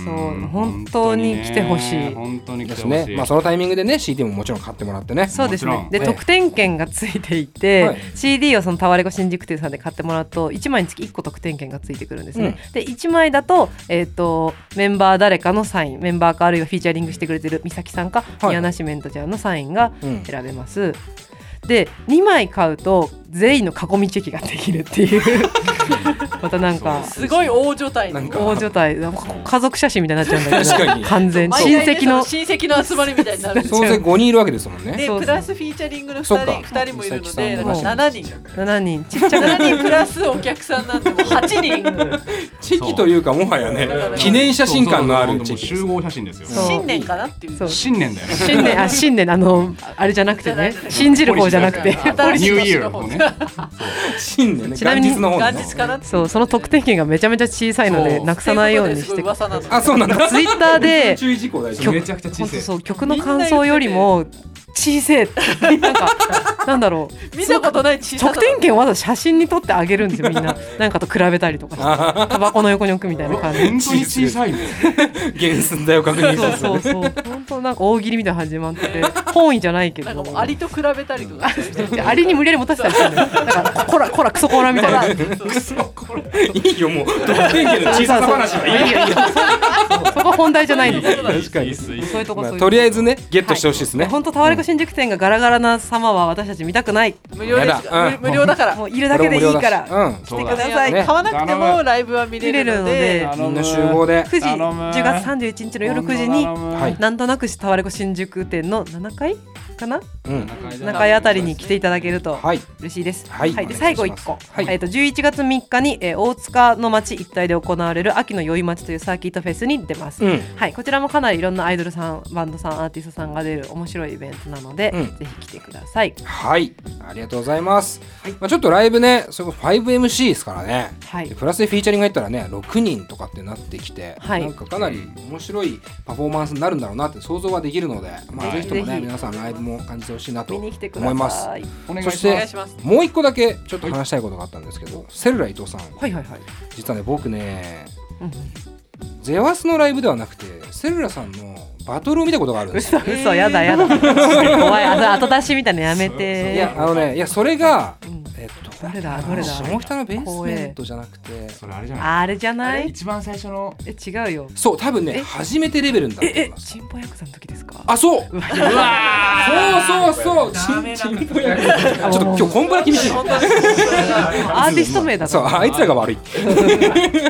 Speaker 4: そう本当に来てほしい
Speaker 6: 本当に来
Speaker 3: で
Speaker 6: て
Speaker 3: す
Speaker 6: ほし
Speaker 3: ね
Speaker 6: い。
Speaker 3: まあそのタイミングでね CD ももちろん買ってもらってね
Speaker 4: そうです
Speaker 6: もちろ
Speaker 4: ね
Speaker 6: ん
Speaker 4: で、
Speaker 3: ええ
Speaker 4: 特典券がついていて、
Speaker 3: はい
Speaker 4: CD をそのタワレコ新宿店さんで買ってもらうと1枚につき1個特典券がついてくるんですね、で1枚だと,、えー、とメンバー誰かのサインメンバーかあるいはフィーチャリングしてくれてる美咲さんか、
Speaker 3: い
Speaker 4: 宮梨メントちゃんのサインが
Speaker 3: うん
Speaker 4: 選べます、で2枚買うと全員の囲みチェキができるっていう またなんか
Speaker 7: すごい大所帯
Speaker 3: なんか
Speaker 4: 大所帯家族写真みたいになっちゃうんだけど
Speaker 3: 確かに
Speaker 4: 完全に
Speaker 7: 毎
Speaker 4: 親
Speaker 7: 回ね
Speaker 4: 戚の
Speaker 7: そ親戚の集まりみたいになるんですよ
Speaker 3: 総勢5人いるわけですもんね
Speaker 7: で
Speaker 4: そうそう
Speaker 7: プラスフィーチャリングの
Speaker 3: そっ
Speaker 7: 2
Speaker 3: か
Speaker 7: 人二人もいるので
Speaker 3: 美
Speaker 7: だ
Speaker 3: 咲
Speaker 7: か
Speaker 4: さ
Speaker 7: ら
Speaker 4: ん
Speaker 7: 7人
Speaker 4: 7人ちっちゃな
Speaker 7: 7人プラスお客さんなんでもう8人
Speaker 3: チェキというかもはやね
Speaker 7: そう
Speaker 3: 記念写真館のあるチェキ
Speaker 6: 集合写真ですよ。
Speaker 4: そう
Speaker 7: 新年かなっていう
Speaker 4: そう
Speaker 6: 新年だよね。
Speaker 4: 信念あ信念あのあれじゃなくてね
Speaker 7: じゃない
Speaker 4: 信じる方じゃなくて
Speaker 6: ニューイヤーのね。
Speaker 3: 新年ね
Speaker 4: ちな
Speaker 3: 元
Speaker 4: みに
Speaker 3: 日の方
Speaker 7: 元
Speaker 3: ね
Speaker 7: 日かなって
Speaker 4: そうその特典券がめちゃめちゃ小さいので
Speaker 6: そう
Speaker 4: なくさないようにして
Speaker 7: っていうことですごい噂なの
Speaker 3: あそうなんだ
Speaker 4: ツイッターで
Speaker 3: 注意事項大事
Speaker 4: 曲
Speaker 6: めちゃくちゃ小
Speaker 4: 本当
Speaker 6: さ
Speaker 4: そ
Speaker 6: い。
Speaker 4: う曲の感想よりも小せえってなんかなんだろう
Speaker 7: 見たことない小さな
Speaker 4: 特典券をわざわざ写真に撮ってあげるんですよみんななんかと比べたりとかしてタバコの横に置くみたいな感じ
Speaker 6: 本当に小さいね。
Speaker 3: 原寸大を確認し
Speaker 4: そう
Speaker 3: た
Speaker 4: そうそう本当なんか大喜利みたいな始まってて本意じゃないけ
Speaker 7: なん
Speaker 4: ど
Speaker 7: かもうアリと比べたりとかしてる人
Speaker 4: でアリに無理やり持たせたりするんだよなんかこらこらクソこらみたいな
Speaker 3: すいいよもう特典券の小ささ話はいいよ
Speaker 4: そこ本題じゃないんですよ
Speaker 3: 確かに
Speaker 4: そういうとこ
Speaker 3: ま
Speaker 4: そ
Speaker 3: あ
Speaker 4: ういう
Speaker 3: とりあえずねゲットしてほしいですね
Speaker 4: 本当タワレコ新宿店がガラガラな様は私たち見たくない
Speaker 7: 無料です
Speaker 3: やだ
Speaker 7: 無無料だから
Speaker 4: もういるだけでいいから
Speaker 3: 俺も無料だし
Speaker 7: 来てください
Speaker 3: ね
Speaker 7: 買わなくてもライブは見
Speaker 4: 見
Speaker 7: れ
Speaker 4: れ
Speaker 7: る
Speaker 4: る
Speaker 7: の
Speaker 4: ので
Speaker 7: で
Speaker 3: うんみんな集合で
Speaker 4: 9時
Speaker 6: 頼む
Speaker 4: 10月31日の夜9時に
Speaker 3: はい
Speaker 4: なんとなくしタワレコ新宿店の7階かな
Speaker 3: うん
Speaker 4: 7階あたりに来ていただけると
Speaker 3: はい
Speaker 4: 嬉しいです。
Speaker 3: はい
Speaker 4: で
Speaker 3: お願
Speaker 4: 最
Speaker 3: いし
Speaker 4: 後
Speaker 3: ます
Speaker 4: 1個、
Speaker 3: はい
Speaker 4: えー、と11月3日に、えー大塚の町一帯で行われる秋の宵町というサーキットフェスに出ます、
Speaker 3: うん
Speaker 4: はい、こちらもかなりいろんなアイドルさんバンドさんアーティストさんが出る面白いイベントなので、
Speaker 3: うん
Speaker 4: ぜひ来てください。
Speaker 3: はい、ありがとうございます。まあ、ちょっとライブね、それこそ 5MC ですからね、
Speaker 4: はい
Speaker 3: でプラスでフィーチャリング入ったらね、6人とかってなってきて、
Speaker 4: はい
Speaker 3: なんかかなり面白いパフォーマンスになるんだろうなって想像はできるので、まあ、
Speaker 6: は
Speaker 3: ぜ
Speaker 6: い
Speaker 3: ひともね、
Speaker 4: ぜひ
Speaker 3: 皆さんライブも感じてほしいなと
Speaker 4: 見
Speaker 3: 思
Speaker 4: に来てください。
Speaker 3: います。
Speaker 6: お願い
Speaker 3: そ
Speaker 6: し
Speaker 3: し
Speaker 7: お願
Speaker 3: て
Speaker 7: いします
Speaker 3: もう一個だけちょっと話したいことがあったんですけど、セルラ伊藤さん、
Speaker 4: はいはいはい。
Speaker 3: 実はね僕ね
Speaker 4: うん、
Speaker 3: ゼワスのライブではなくてセルラさんのバトルを見たことがあるんですよ
Speaker 4: 嘘嘘 やだやだ。怖いあ後出しみたいなのやめ
Speaker 3: い
Speaker 4: て。
Speaker 3: やあのねいやそれが、
Speaker 4: うん
Speaker 3: えっ
Speaker 4: どれだどれだ
Speaker 3: 下北のベースメントじゃなくて
Speaker 6: それあれじゃない
Speaker 4: あれじゃ
Speaker 6: あ
Speaker 4: な
Speaker 6: れ
Speaker 4: い
Speaker 6: 一番最初の
Speaker 4: え違うよ
Speaker 3: そう多分ね
Speaker 4: え
Speaker 3: 初めてレベルだと
Speaker 4: え
Speaker 3: 思い
Speaker 4: え
Speaker 3: ます
Speaker 4: チンポヤクザの時ですか
Speaker 3: あそう
Speaker 4: うわ
Speaker 3: そうそうそう
Speaker 6: ダメだ
Speaker 3: ちんちんぽやちょっと今日コンプラ厳しい
Speaker 4: アーティスト名だ
Speaker 3: そう
Speaker 4: と
Speaker 3: あいつらが悪い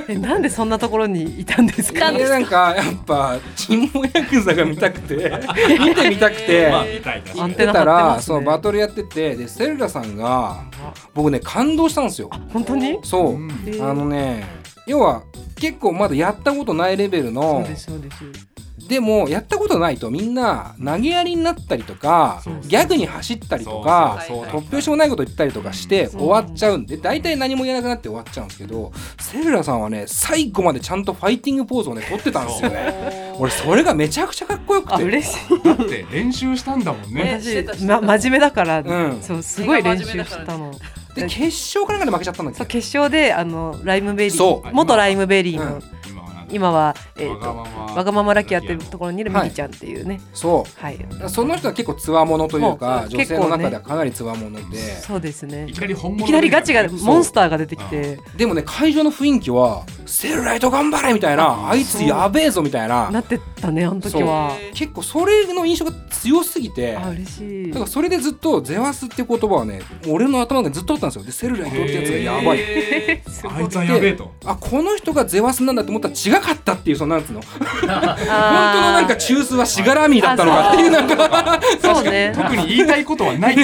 Speaker 4: えなんでそんなところにいたんですか
Speaker 3: いやなんかやっぱチンモヤクザが見たく て見てみたくて
Speaker 7: まあ
Speaker 6: たいな
Speaker 4: ア
Speaker 3: 見
Speaker 4: ン
Speaker 3: て
Speaker 4: テナ張
Speaker 3: た
Speaker 4: っ
Speaker 3: ら
Speaker 4: てます
Speaker 3: その
Speaker 4: ね
Speaker 3: バトルやっててでセルラさんが僕ね感動したんですよ
Speaker 4: 本当に
Speaker 3: そううん
Speaker 4: え
Speaker 3: あ
Speaker 4: ー
Speaker 3: のね要は結構まだやったことないレベル
Speaker 4: そ
Speaker 3: の
Speaker 4: うですそうです
Speaker 3: でもやったことないとみんな投げやりになったりとか
Speaker 6: そう
Speaker 3: ギャグに走ったりとか
Speaker 7: そうそうそう
Speaker 3: 突拍子もないこと言ったりとかして
Speaker 4: うん
Speaker 3: 終わっちゃうんで大体何も言えなくなって終わっちゃうんですけどセルラさんはね最後までちゃんとファイティングポーズをね取ってたんですよね。 俺それがめちゃくちゃかっこよく
Speaker 4: あ
Speaker 3: て
Speaker 4: 嬉しい
Speaker 6: だって練習したんだもんね
Speaker 7: ねしてたして
Speaker 4: 私
Speaker 7: た
Speaker 4: ま真面目だから、
Speaker 3: うん
Speaker 4: そうすごい練
Speaker 7: 絵
Speaker 4: 習
Speaker 7: が
Speaker 4: し
Speaker 7: 真面目だか
Speaker 4: た
Speaker 7: ら
Speaker 4: の
Speaker 3: で決勝かなんかで負けちゃったんだ
Speaker 4: そう
Speaker 3: けど
Speaker 4: 決勝であのライムベリ
Speaker 3: そ
Speaker 6: あ
Speaker 4: ー元ライムベリーの、
Speaker 3: うん
Speaker 6: 今はな
Speaker 4: 今は、え
Speaker 6: んだ
Speaker 4: ー、
Speaker 6: わが
Speaker 4: と
Speaker 6: まま
Speaker 4: わがままラッキーやってるところにいるミ
Speaker 3: はい
Speaker 4: キちゃんっていうね
Speaker 3: そ
Speaker 4: はい、
Speaker 3: うその人は結構つわものという
Speaker 4: も
Speaker 3: か
Speaker 4: う
Speaker 3: 女性の
Speaker 4: 結構
Speaker 3: 中
Speaker 4: ね
Speaker 3: ではかなりつわもので
Speaker 4: そうですね
Speaker 6: いきなり本
Speaker 4: い
Speaker 6: 物
Speaker 4: きなりガチが
Speaker 6: そう
Speaker 4: モンスターが出てきて
Speaker 3: でもね会場の雰囲気は「セルライト頑張れ!」みたいな「あいつやべえぞ!」みたい
Speaker 4: な
Speaker 3: な
Speaker 4: ってったねあの時は
Speaker 7: そう
Speaker 3: 結構それの印象が強すぎて
Speaker 4: あ嬉しい
Speaker 3: だからそれでずっと「ゼワス」っていう言葉はね俺の頭がずっとあったんですよでセルライトってやつがやばい
Speaker 7: い。
Speaker 6: あいつはやべえと
Speaker 3: あこの人がゼワスなんだと思ったら違かったっていうそのなんつうの本
Speaker 4: 本当
Speaker 3: 当のなんか中枢はシガラミーだったのかっていうなんか
Speaker 4: そうね
Speaker 6: 特に言いたいことはない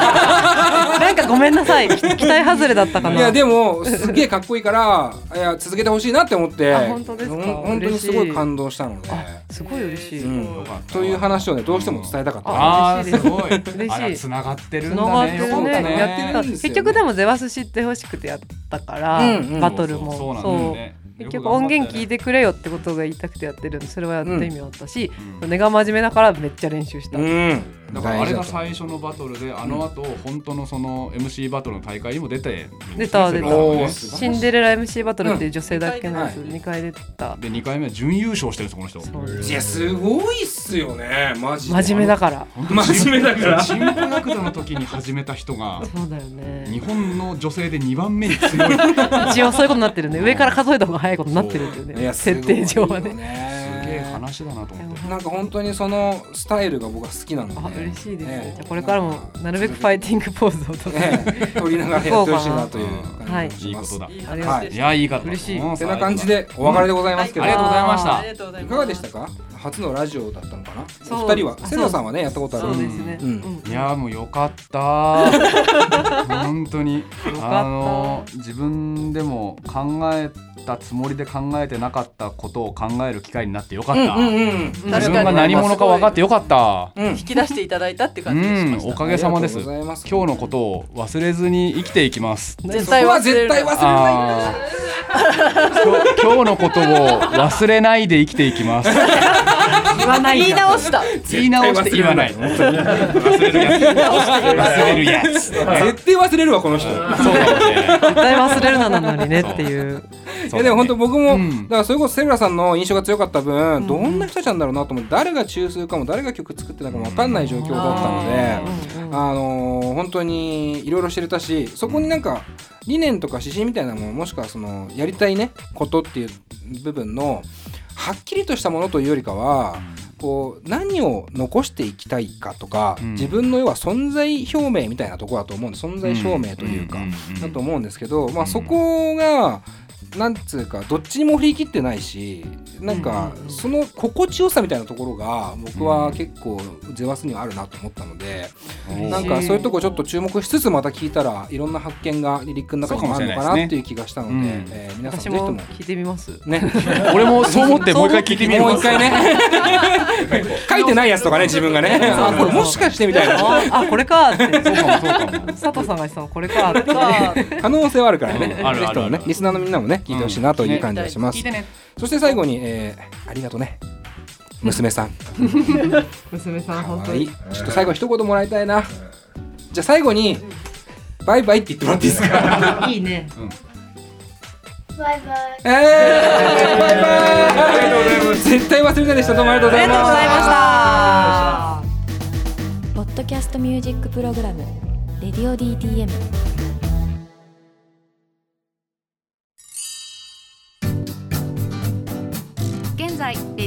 Speaker 4: なんかごめんな さい期期待外れだったかない
Speaker 3: やでもすげえかっこいいからいや続けてほしいなって思って
Speaker 4: あ本当ですか
Speaker 3: ほん本当にすごい感動したので、
Speaker 4: あすごい嬉しい、
Speaker 3: うん
Speaker 7: よかった
Speaker 3: という話をねどうしても伝えたかった、
Speaker 4: あ
Speaker 6: ああすごい
Speaker 4: 嬉しい
Speaker 6: あら繋がってるん
Speaker 4: 繋が
Speaker 6: だ
Speaker 4: ってるね
Speaker 6: ねよかったね
Speaker 3: やってるんですよね
Speaker 4: 結局でもゼワス知ってほしくてやったから、
Speaker 3: うんうん
Speaker 4: バトルも
Speaker 6: そうそうそうなんだよね
Speaker 4: 結局音源聞い
Speaker 6: て
Speaker 4: てくれよってことが言いたくてやってるんでそれはやった意味はあったし、根が真面目だからめっちゃ練習した、
Speaker 3: うん
Speaker 6: だからあれが
Speaker 3: 大事だ
Speaker 6: 最初のバトルであの後本当のその MC バトルの大会にも出て
Speaker 4: 出た出
Speaker 6: で
Speaker 4: た
Speaker 3: おー素晴らしい
Speaker 4: シンデレラ MC バトルっていう女性だけのやつ、
Speaker 3: う
Speaker 4: 2回出た
Speaker 6: で2回目は準優勝してるんですこの人
Speaker 4: そう
Speaker 3: といやすごいっすよねマジで
Speaker 4: 真面目だから
Speaker 3: 真面目だから
Speaker 6: チンポラクダの時に始めた人が
Speaker 4: そうだよ
Speaker 6: 日
Speaker 4: ね
Speaker 6: 本の女性で2番目に 強いす
Speaker 4: 一応そういうことになってるね上から数えた方が早いことになってるんだよ
Speaker 3: いや
Speaker 4: ね
Speaker 3: すごい
Speaker 4: 設定上はね
Speaker 3: よ
Speaker 6: げえ話だなと思って
Speaker 3: なんか本当にそのスタイルが僕は好きなので
Speaker 4: あ嬉しいです、
Speaker 3: ね
Speaker 4: じゃあこれからもなるべくファイティングポーズをとって、
Speaker 3: ね取りながらやってほしいなという
Speaker 4: は
Speaker 3: 感
Speaker 4: い
Speaker 3: じが
Speaker 6: い
Speaker 3: し
Speaker 6: い
Speaker 3: ま
Speaker 6: こ
Speaker 3: す
Speaker 6: とだ
Speaker 7: いい
Speaker 4: あり
Speaker 7: 話
Speaker 3: とう
Speaker 4: が
Speaker 7: で
Speaker 6: い
Speaker 7: し
Speaker 6: やいいか
Speaker 4: 嬉しい
Speaker 3: てな感じでお別れでござい
Speaker 7: た。
Speaker 3: ますけ
Speaker 6: あ
Speaker 3: ど、
Speaker 6: りがとうございました
Speaker 7: ありがとうござい
Speaker 3: い
Speaker 7: ます。
Speaker 3: かがでしたか初のラジオだったのかな
Speaker 4: そう
Speaker 3: お二人は
Speaker 4: あ
Speaker 3: セロさんはねやったことあ
Speaker 4: そ
Speaker 3: る
Speaker 4: うですね、
Speaker 3: うん
Speaker 6: いやもうよかった 本当に
Speaker 4: った
Speaker 6: あの自分でも考えたつもりで考えてなかったことを考える機会になってよかっ
Speaker 3: うん
Speaker 6: た、
Speaker 3: うんうん
Speaker 6: 自
Speaker 7: 確
Speaker 6: 分
Speaker 7: か
Speaker 6: が
Speaker 7: に
Speaker 6: 何者か分かってよかった
Speaker 3: うん
Speaker 7: 引き出していただいたって
Speaker 6: う
Speaker 7: 感じがしま
Speaker 6: ん
Speaker 7: し
Speaker 6: お
Speaker 7: た。
Speaker 6: かげさまです
Speaker 3: ありがとうござ
Speaker 6: 今
Speaker 3: います
Speaker 6: 日のことを忘れずに生きていきます
Speaker 7: 絶
Speaker 3: そ
Speaker 7: 対
Speaker 3: こは
Speaker 7: 忘れ
Speaker 3: 絶
Speaker 7: るな
Speaker 3: 対忘れない
Speaker 6: あーきょ今日のことを忘れないで生きていきます。
Speaker 4: 言わない
Speaker 7: 言い直した。
Speaker 6: 言い直して言わない。忘れるやつ。忘れるやつ。
Speaker 3: 絶対忘れるわこの人。
Speaker 6: そうだもんね。
Speaker 4: 絶対忘れるななのにねっていう
Speaker 3: いやでも本当僕も、
Speaker 6: うん
Speaker 3: だからそれこそセルラさんの印象が強かった分、どんな人たちなんだろうなと思って誰が中枢かも誰が曲作ってたかも分かんない状況だったので、
Speaker 4: うんうん
Speaker 3: あのー本当にいろいろ知れたしそこになんか理念とか指針みたいなものもしくはそのやりたいねことっていう部分のはっきりとしたものというよりかは。こう何を残していきたいかとか、
Speaker 6: うん
Speaker 3: 自分の要は存在表明みたいなところだと思うんで存在証明というか、だと思うんですけど、ま
Speaker 6: う
Speaker 3: あ、
Speaker 6: ん
Speaker 3: そこがなんつうかどっちにも振り切ってないしなんか
Speaker 4: うんうんうん
Speaker 3: その心地よさみたいなところが僕は結構ゼワスにはあるなと思ったので、
Speaker 4: うん
Speaker 3: なんかそういうとこちょっと注目しつつまた聞いたらいろんな発見がリリックの中にもあるのか
Speaker 6: そうかもしれないですね
Speaker 3: なっていう気がしたので、
Speaker 6: うん
Speaker 3: えー皆さん
Speaker 4: 私
Speaker 3: ぜひと
Speaker 4: も
Speaker 3: も
Speaker 4: 聞いてみます
Speaker 3: ね
Speaker 6: 俺もそう思ってもう一回聞いてみる
Speaker 3: もう一回ね 書いてないやつとかね自分がねあこれもしかしてみたい な
Speaker 4: ああこれかって
Speaker 6: そうかもそうかも。
Speaker 4: 佐藤さんが言ってたのこれかって
Speaker 3: 可能性はあるからね
Speaker 6: うんあるあ
Speaker 3: ぜひ
Speaker 6: るある
Speaker 3: ともねリスナーのみんなもね聞いてほしいなという感じがします、そして最後に、えーありがとうね娘さん
Speaker 4: 娘さ
Speaker 3: か
Speaker 4: ん本当
Speaker 3: わいい
Speaker 4: に
Speaker 3: ちょっと最後一言もらいたいなじゃあ最後にバイバイって言ってもらっていいです か
Speaker 4: いいね
Speaker 5: バイバイ。
Speaker 3: えー、バイバイ絶対忘れないでしたどうもありがとうございました
Speaker 4: した
Speaker 1: ポッドキャストミュージックプログラム「レディオ DTM」
Speaker 8: 在「レ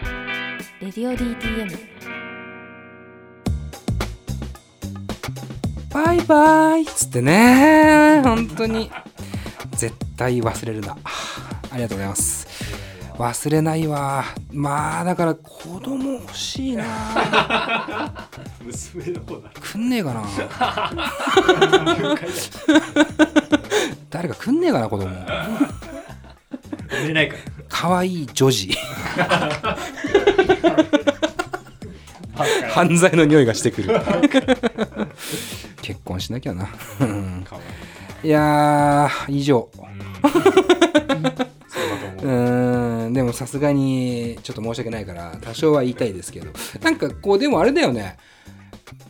Speaker 1: 「レディオ DTM」
Speaker 3: バイバイっつってね本当に絶対忘れるなありがとうございます忘れないわまあだから子供欲しいな
Speaker 2: 娘の方だ
Speaker 3: くんねえかな 誰かくんねえかな子供
Speaker 2: 売れないから
Speaker 3: かわいい女児犯罪の匂いがして くる結婚しなきゃないや以上うんでもさすがにちょっと申し訳ないから多少は言いたいですけどなんかこうでもあれだよね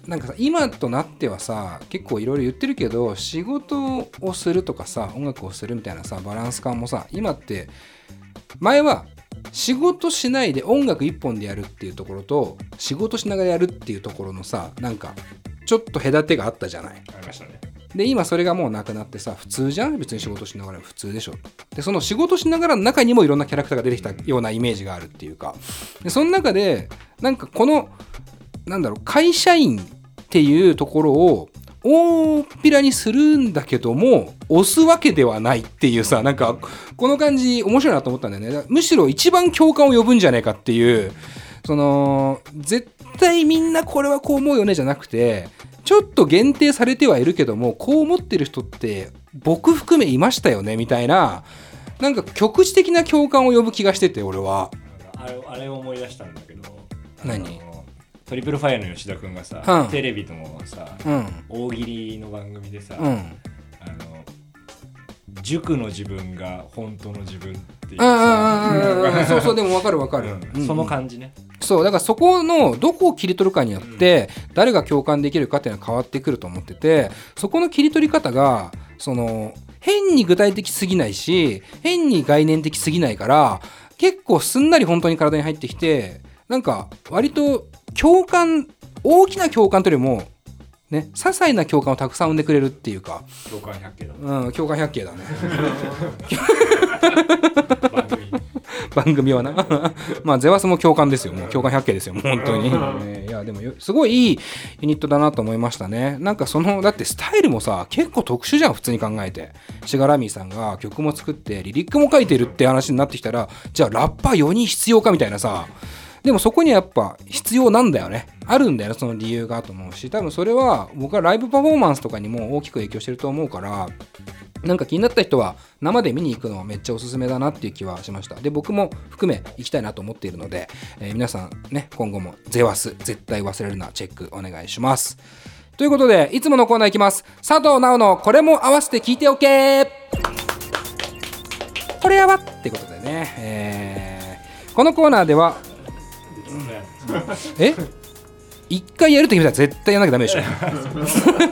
Speaker 3: なんかさ今となってはさ結構いろいろ言ってるけど仕事をするとかさ音楽をするみたいなさバランス感もさ今って前は仕事しないで音楽一本でやるっていうところと仕事しながらやるっていうところのさなんかちょっと隔てがあったじゃない。
Speaker 2: ありましたね
Speaker 3: で今それがもうなくなってさ普通じゃん別に仕事しながら普通でしょでその仕事しながらの中にもいろんなキャラクターが出てきたようなイメージがあるっていうかでその中でなんかこのなんだろう会社員っていうところを大っぴらにするんだけども押すわけではないっていうさなんかこの感じ面白いなと思ったんだよねむしろ一番共感を呼ぶんじゃねえかっていうその絶対みんなこれはこう思うよねじゃなくてちょっと限定されてはいるけどもこう思ってる人って僕含めいましたよねみたいななんか局地的な共感を呼ぶ気がしてて俺は
Speaker 9: あれあれを思い出したんだけど
Speaker 3: 何
Speaker 9: トリプルファイアの吉田君がさ、うん、テレビともさ、
Speaker 3: うん、
Speaker 9: 大喜利の番組でさ、
Speaker 3: うん、あ
Speaker 9: の塾の自分が本当の自分っていう
Speaker 3: さそうそうでも分かる分か
Speaker 9: る、その感じね
Speaker 3: そうだからそこのどこを切り取るかによって、誰が共感できるかっていうのは変わってくると思っててそこの切り取り方がその変に具体的すぎないし変に概念的すぎないから結構すんなり本当に体に入ってきてなんか割と共感大きな共感というよりもね些細な共感をたくさん生んでくれるっていうか
Speaker 9: 共感百景だ、ね、
Speaker 3: うん共感百 景だね番組はなまあゼワスも共感ですよもう共感百景ですよもう本当に、ね、いやでもすごいいいユニットだなと思いましたねなんかそのだってスタイルもさ結構特殊じゃん普通に考えてシガラミーさんが曲も作ってリリックも書いてるって話になってきたらじゃあラッパー4人必要かみたいなさでもそこにはやっぱ必要なんだよね。あるんだよね、その理由がと思うし、多分それは僕はライブパフォーマンスとかにも大きく影響してると思うから、なんか気になった人は生で見に行くのはめっちゃおすすめだなっていう気はしました。で、僕も含め行きたいなと思っているので、えー、皆さんね、今後もゼワス、絶対忘れるな、チェックお願いします。ということで、いつものコーナーいきます。佐藤直のこれも合わせて聞いておけこれやばってことでね、えー、このコーナーではえ一回やると決めたら絶対やらなきゃダメで しょ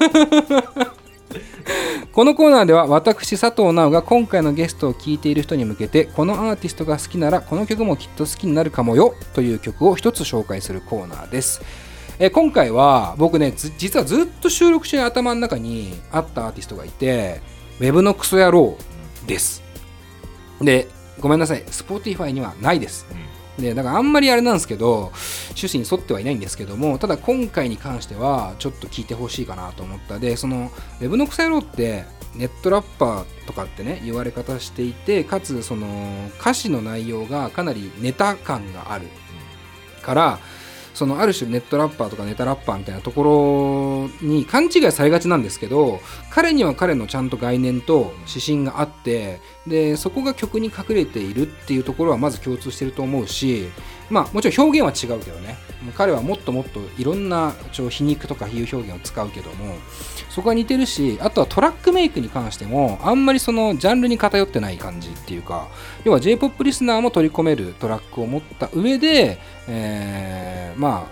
Speaker 3: このコーナーでは私佐藤直が今回のゲストを聴いている人に向けてこのアーティストが好きならこの曲もきっと好きになるかもよという曲を一つ紹介するコーナーですえ今回は僕ね実はずっと収録中に頭の中にあったアーティストがいて Web のクソ野郎ですでごめんなさい Spotify にはないです、うんで、だからあんまりあれなんですけど、趣旨に沿ってはいないんですけども、ただ今回に関しては、ちょっと聞いてほしいかなと思った。で、その、ウェブの草野郎って、ネットラッパーとかってね、言われ方していて、かつ、その、歌詞の内容がかなりネタ感があるから、そのある種ネットラッパーとかネタラッパーみたいなところに勘違いされがちなんですけど彼には彼のちゃんと概念と指針があってでそこが曲に隠れているっていうところはまず共通してると思うしまあもちろん表現は違うけどね彼はもっともっといろんなちょ皮肉とか比喩表現を使うけどもそこは似てるしあとはトラックメイクに関してもあんまりそのジャンルに偏ってない感じっていうか要は j p o p リスナーも取り込めるトラックを持った上で、えー、ま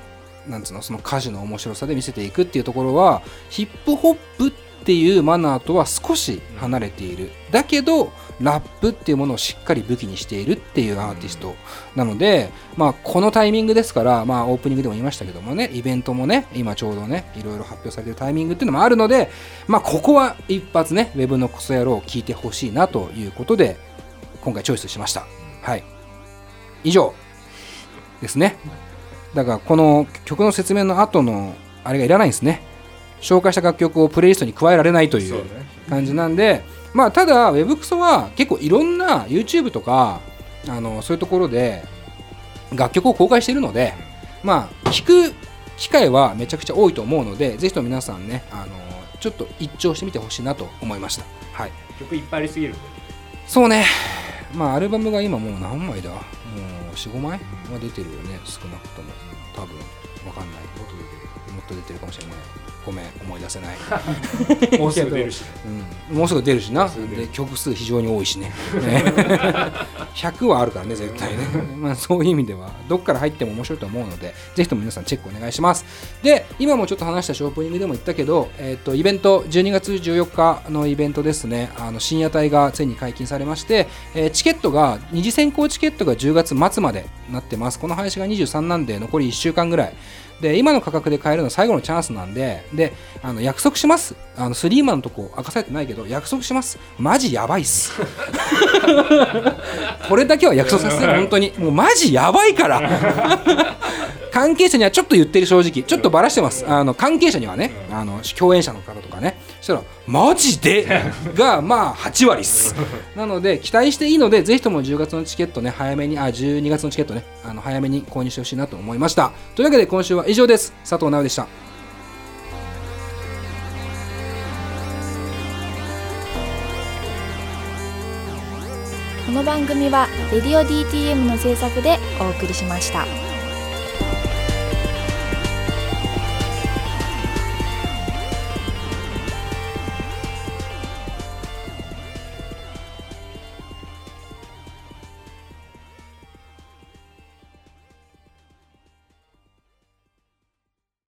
Speaker 3: あなんつうのその歌詞の面白さで見せていくっていうところはヒップホップっていうマナーとは少し離れているだけどラップっていうものをしっかり武器にしているっていうアーティストなので、まあ、このタイミングですから、まあ、オープニングでも言いましたけどもねイベントもね今ちょうどねいろいろ発表されてるタイミングっていうのもあるので、まあ、ここは一発ねウェブのクソ野郎を聞いてほしいなということで今回チョイスしましたはい以上ですねだからこの曲の説明の後のあれがいらないんですね紹介した楽曲をプレイリストに加えられないという感じなんで、まあ、ただ Web クソは結構いろんな YouTube とかあのそういうところで楽曲を公開しているので、まあ、聴く機会はめちゃくちゃ多いと思うのでぜひとも皆さんねあのちょっと一聴してみてほしいなと思いました、はい、
Speaker 9: 曲いっぱいありすぎる
Speaker 3: そうねまあアルバムが今もう何枚だもう45枚は出てるよね少なくとも多分分かんないもっと出てるかもしれないごめん思い出せない
Speaker 9: もうすぐ出るし、
Speaker 3: うん、もうすぐ出るしなで曲数非常に多いしね 100はあるからね絶対ね、まあ、そういう意味ではどっから入っても面白いと思うのでぜひとも皆さんチェックお願いしますで今もちょっと話したしオープニングでも言ったけど、えーと、とイベント12月14日のイベントですねあの深夜帯がついに解禁されまして、えー、チケットが二次選考チケットが10月末までなってますこの配信が23なんで残り1週間ぐらいで今の価格で買えるのは最後のチャンスなんでであの約束しますあのスリーマンのとこ明かされてないけど約束しますマジやばいっすこれだけは約束させて本当にもうマジやばいから関係者にはちょっと言ってる正直ちょっとばらしてますあの関係者にはねあの共演者の方とかねそしたら「マジで?」がまあ8割っすなので期待していいのでぜひとも10月のチケットね早めにあ12月のチケットねあの早めに購入してほしいなと思いましたというわけで今週は以上です佐藤直でした
Speaker 1: この番組は「レディオ DTM」の制作でお送りしました。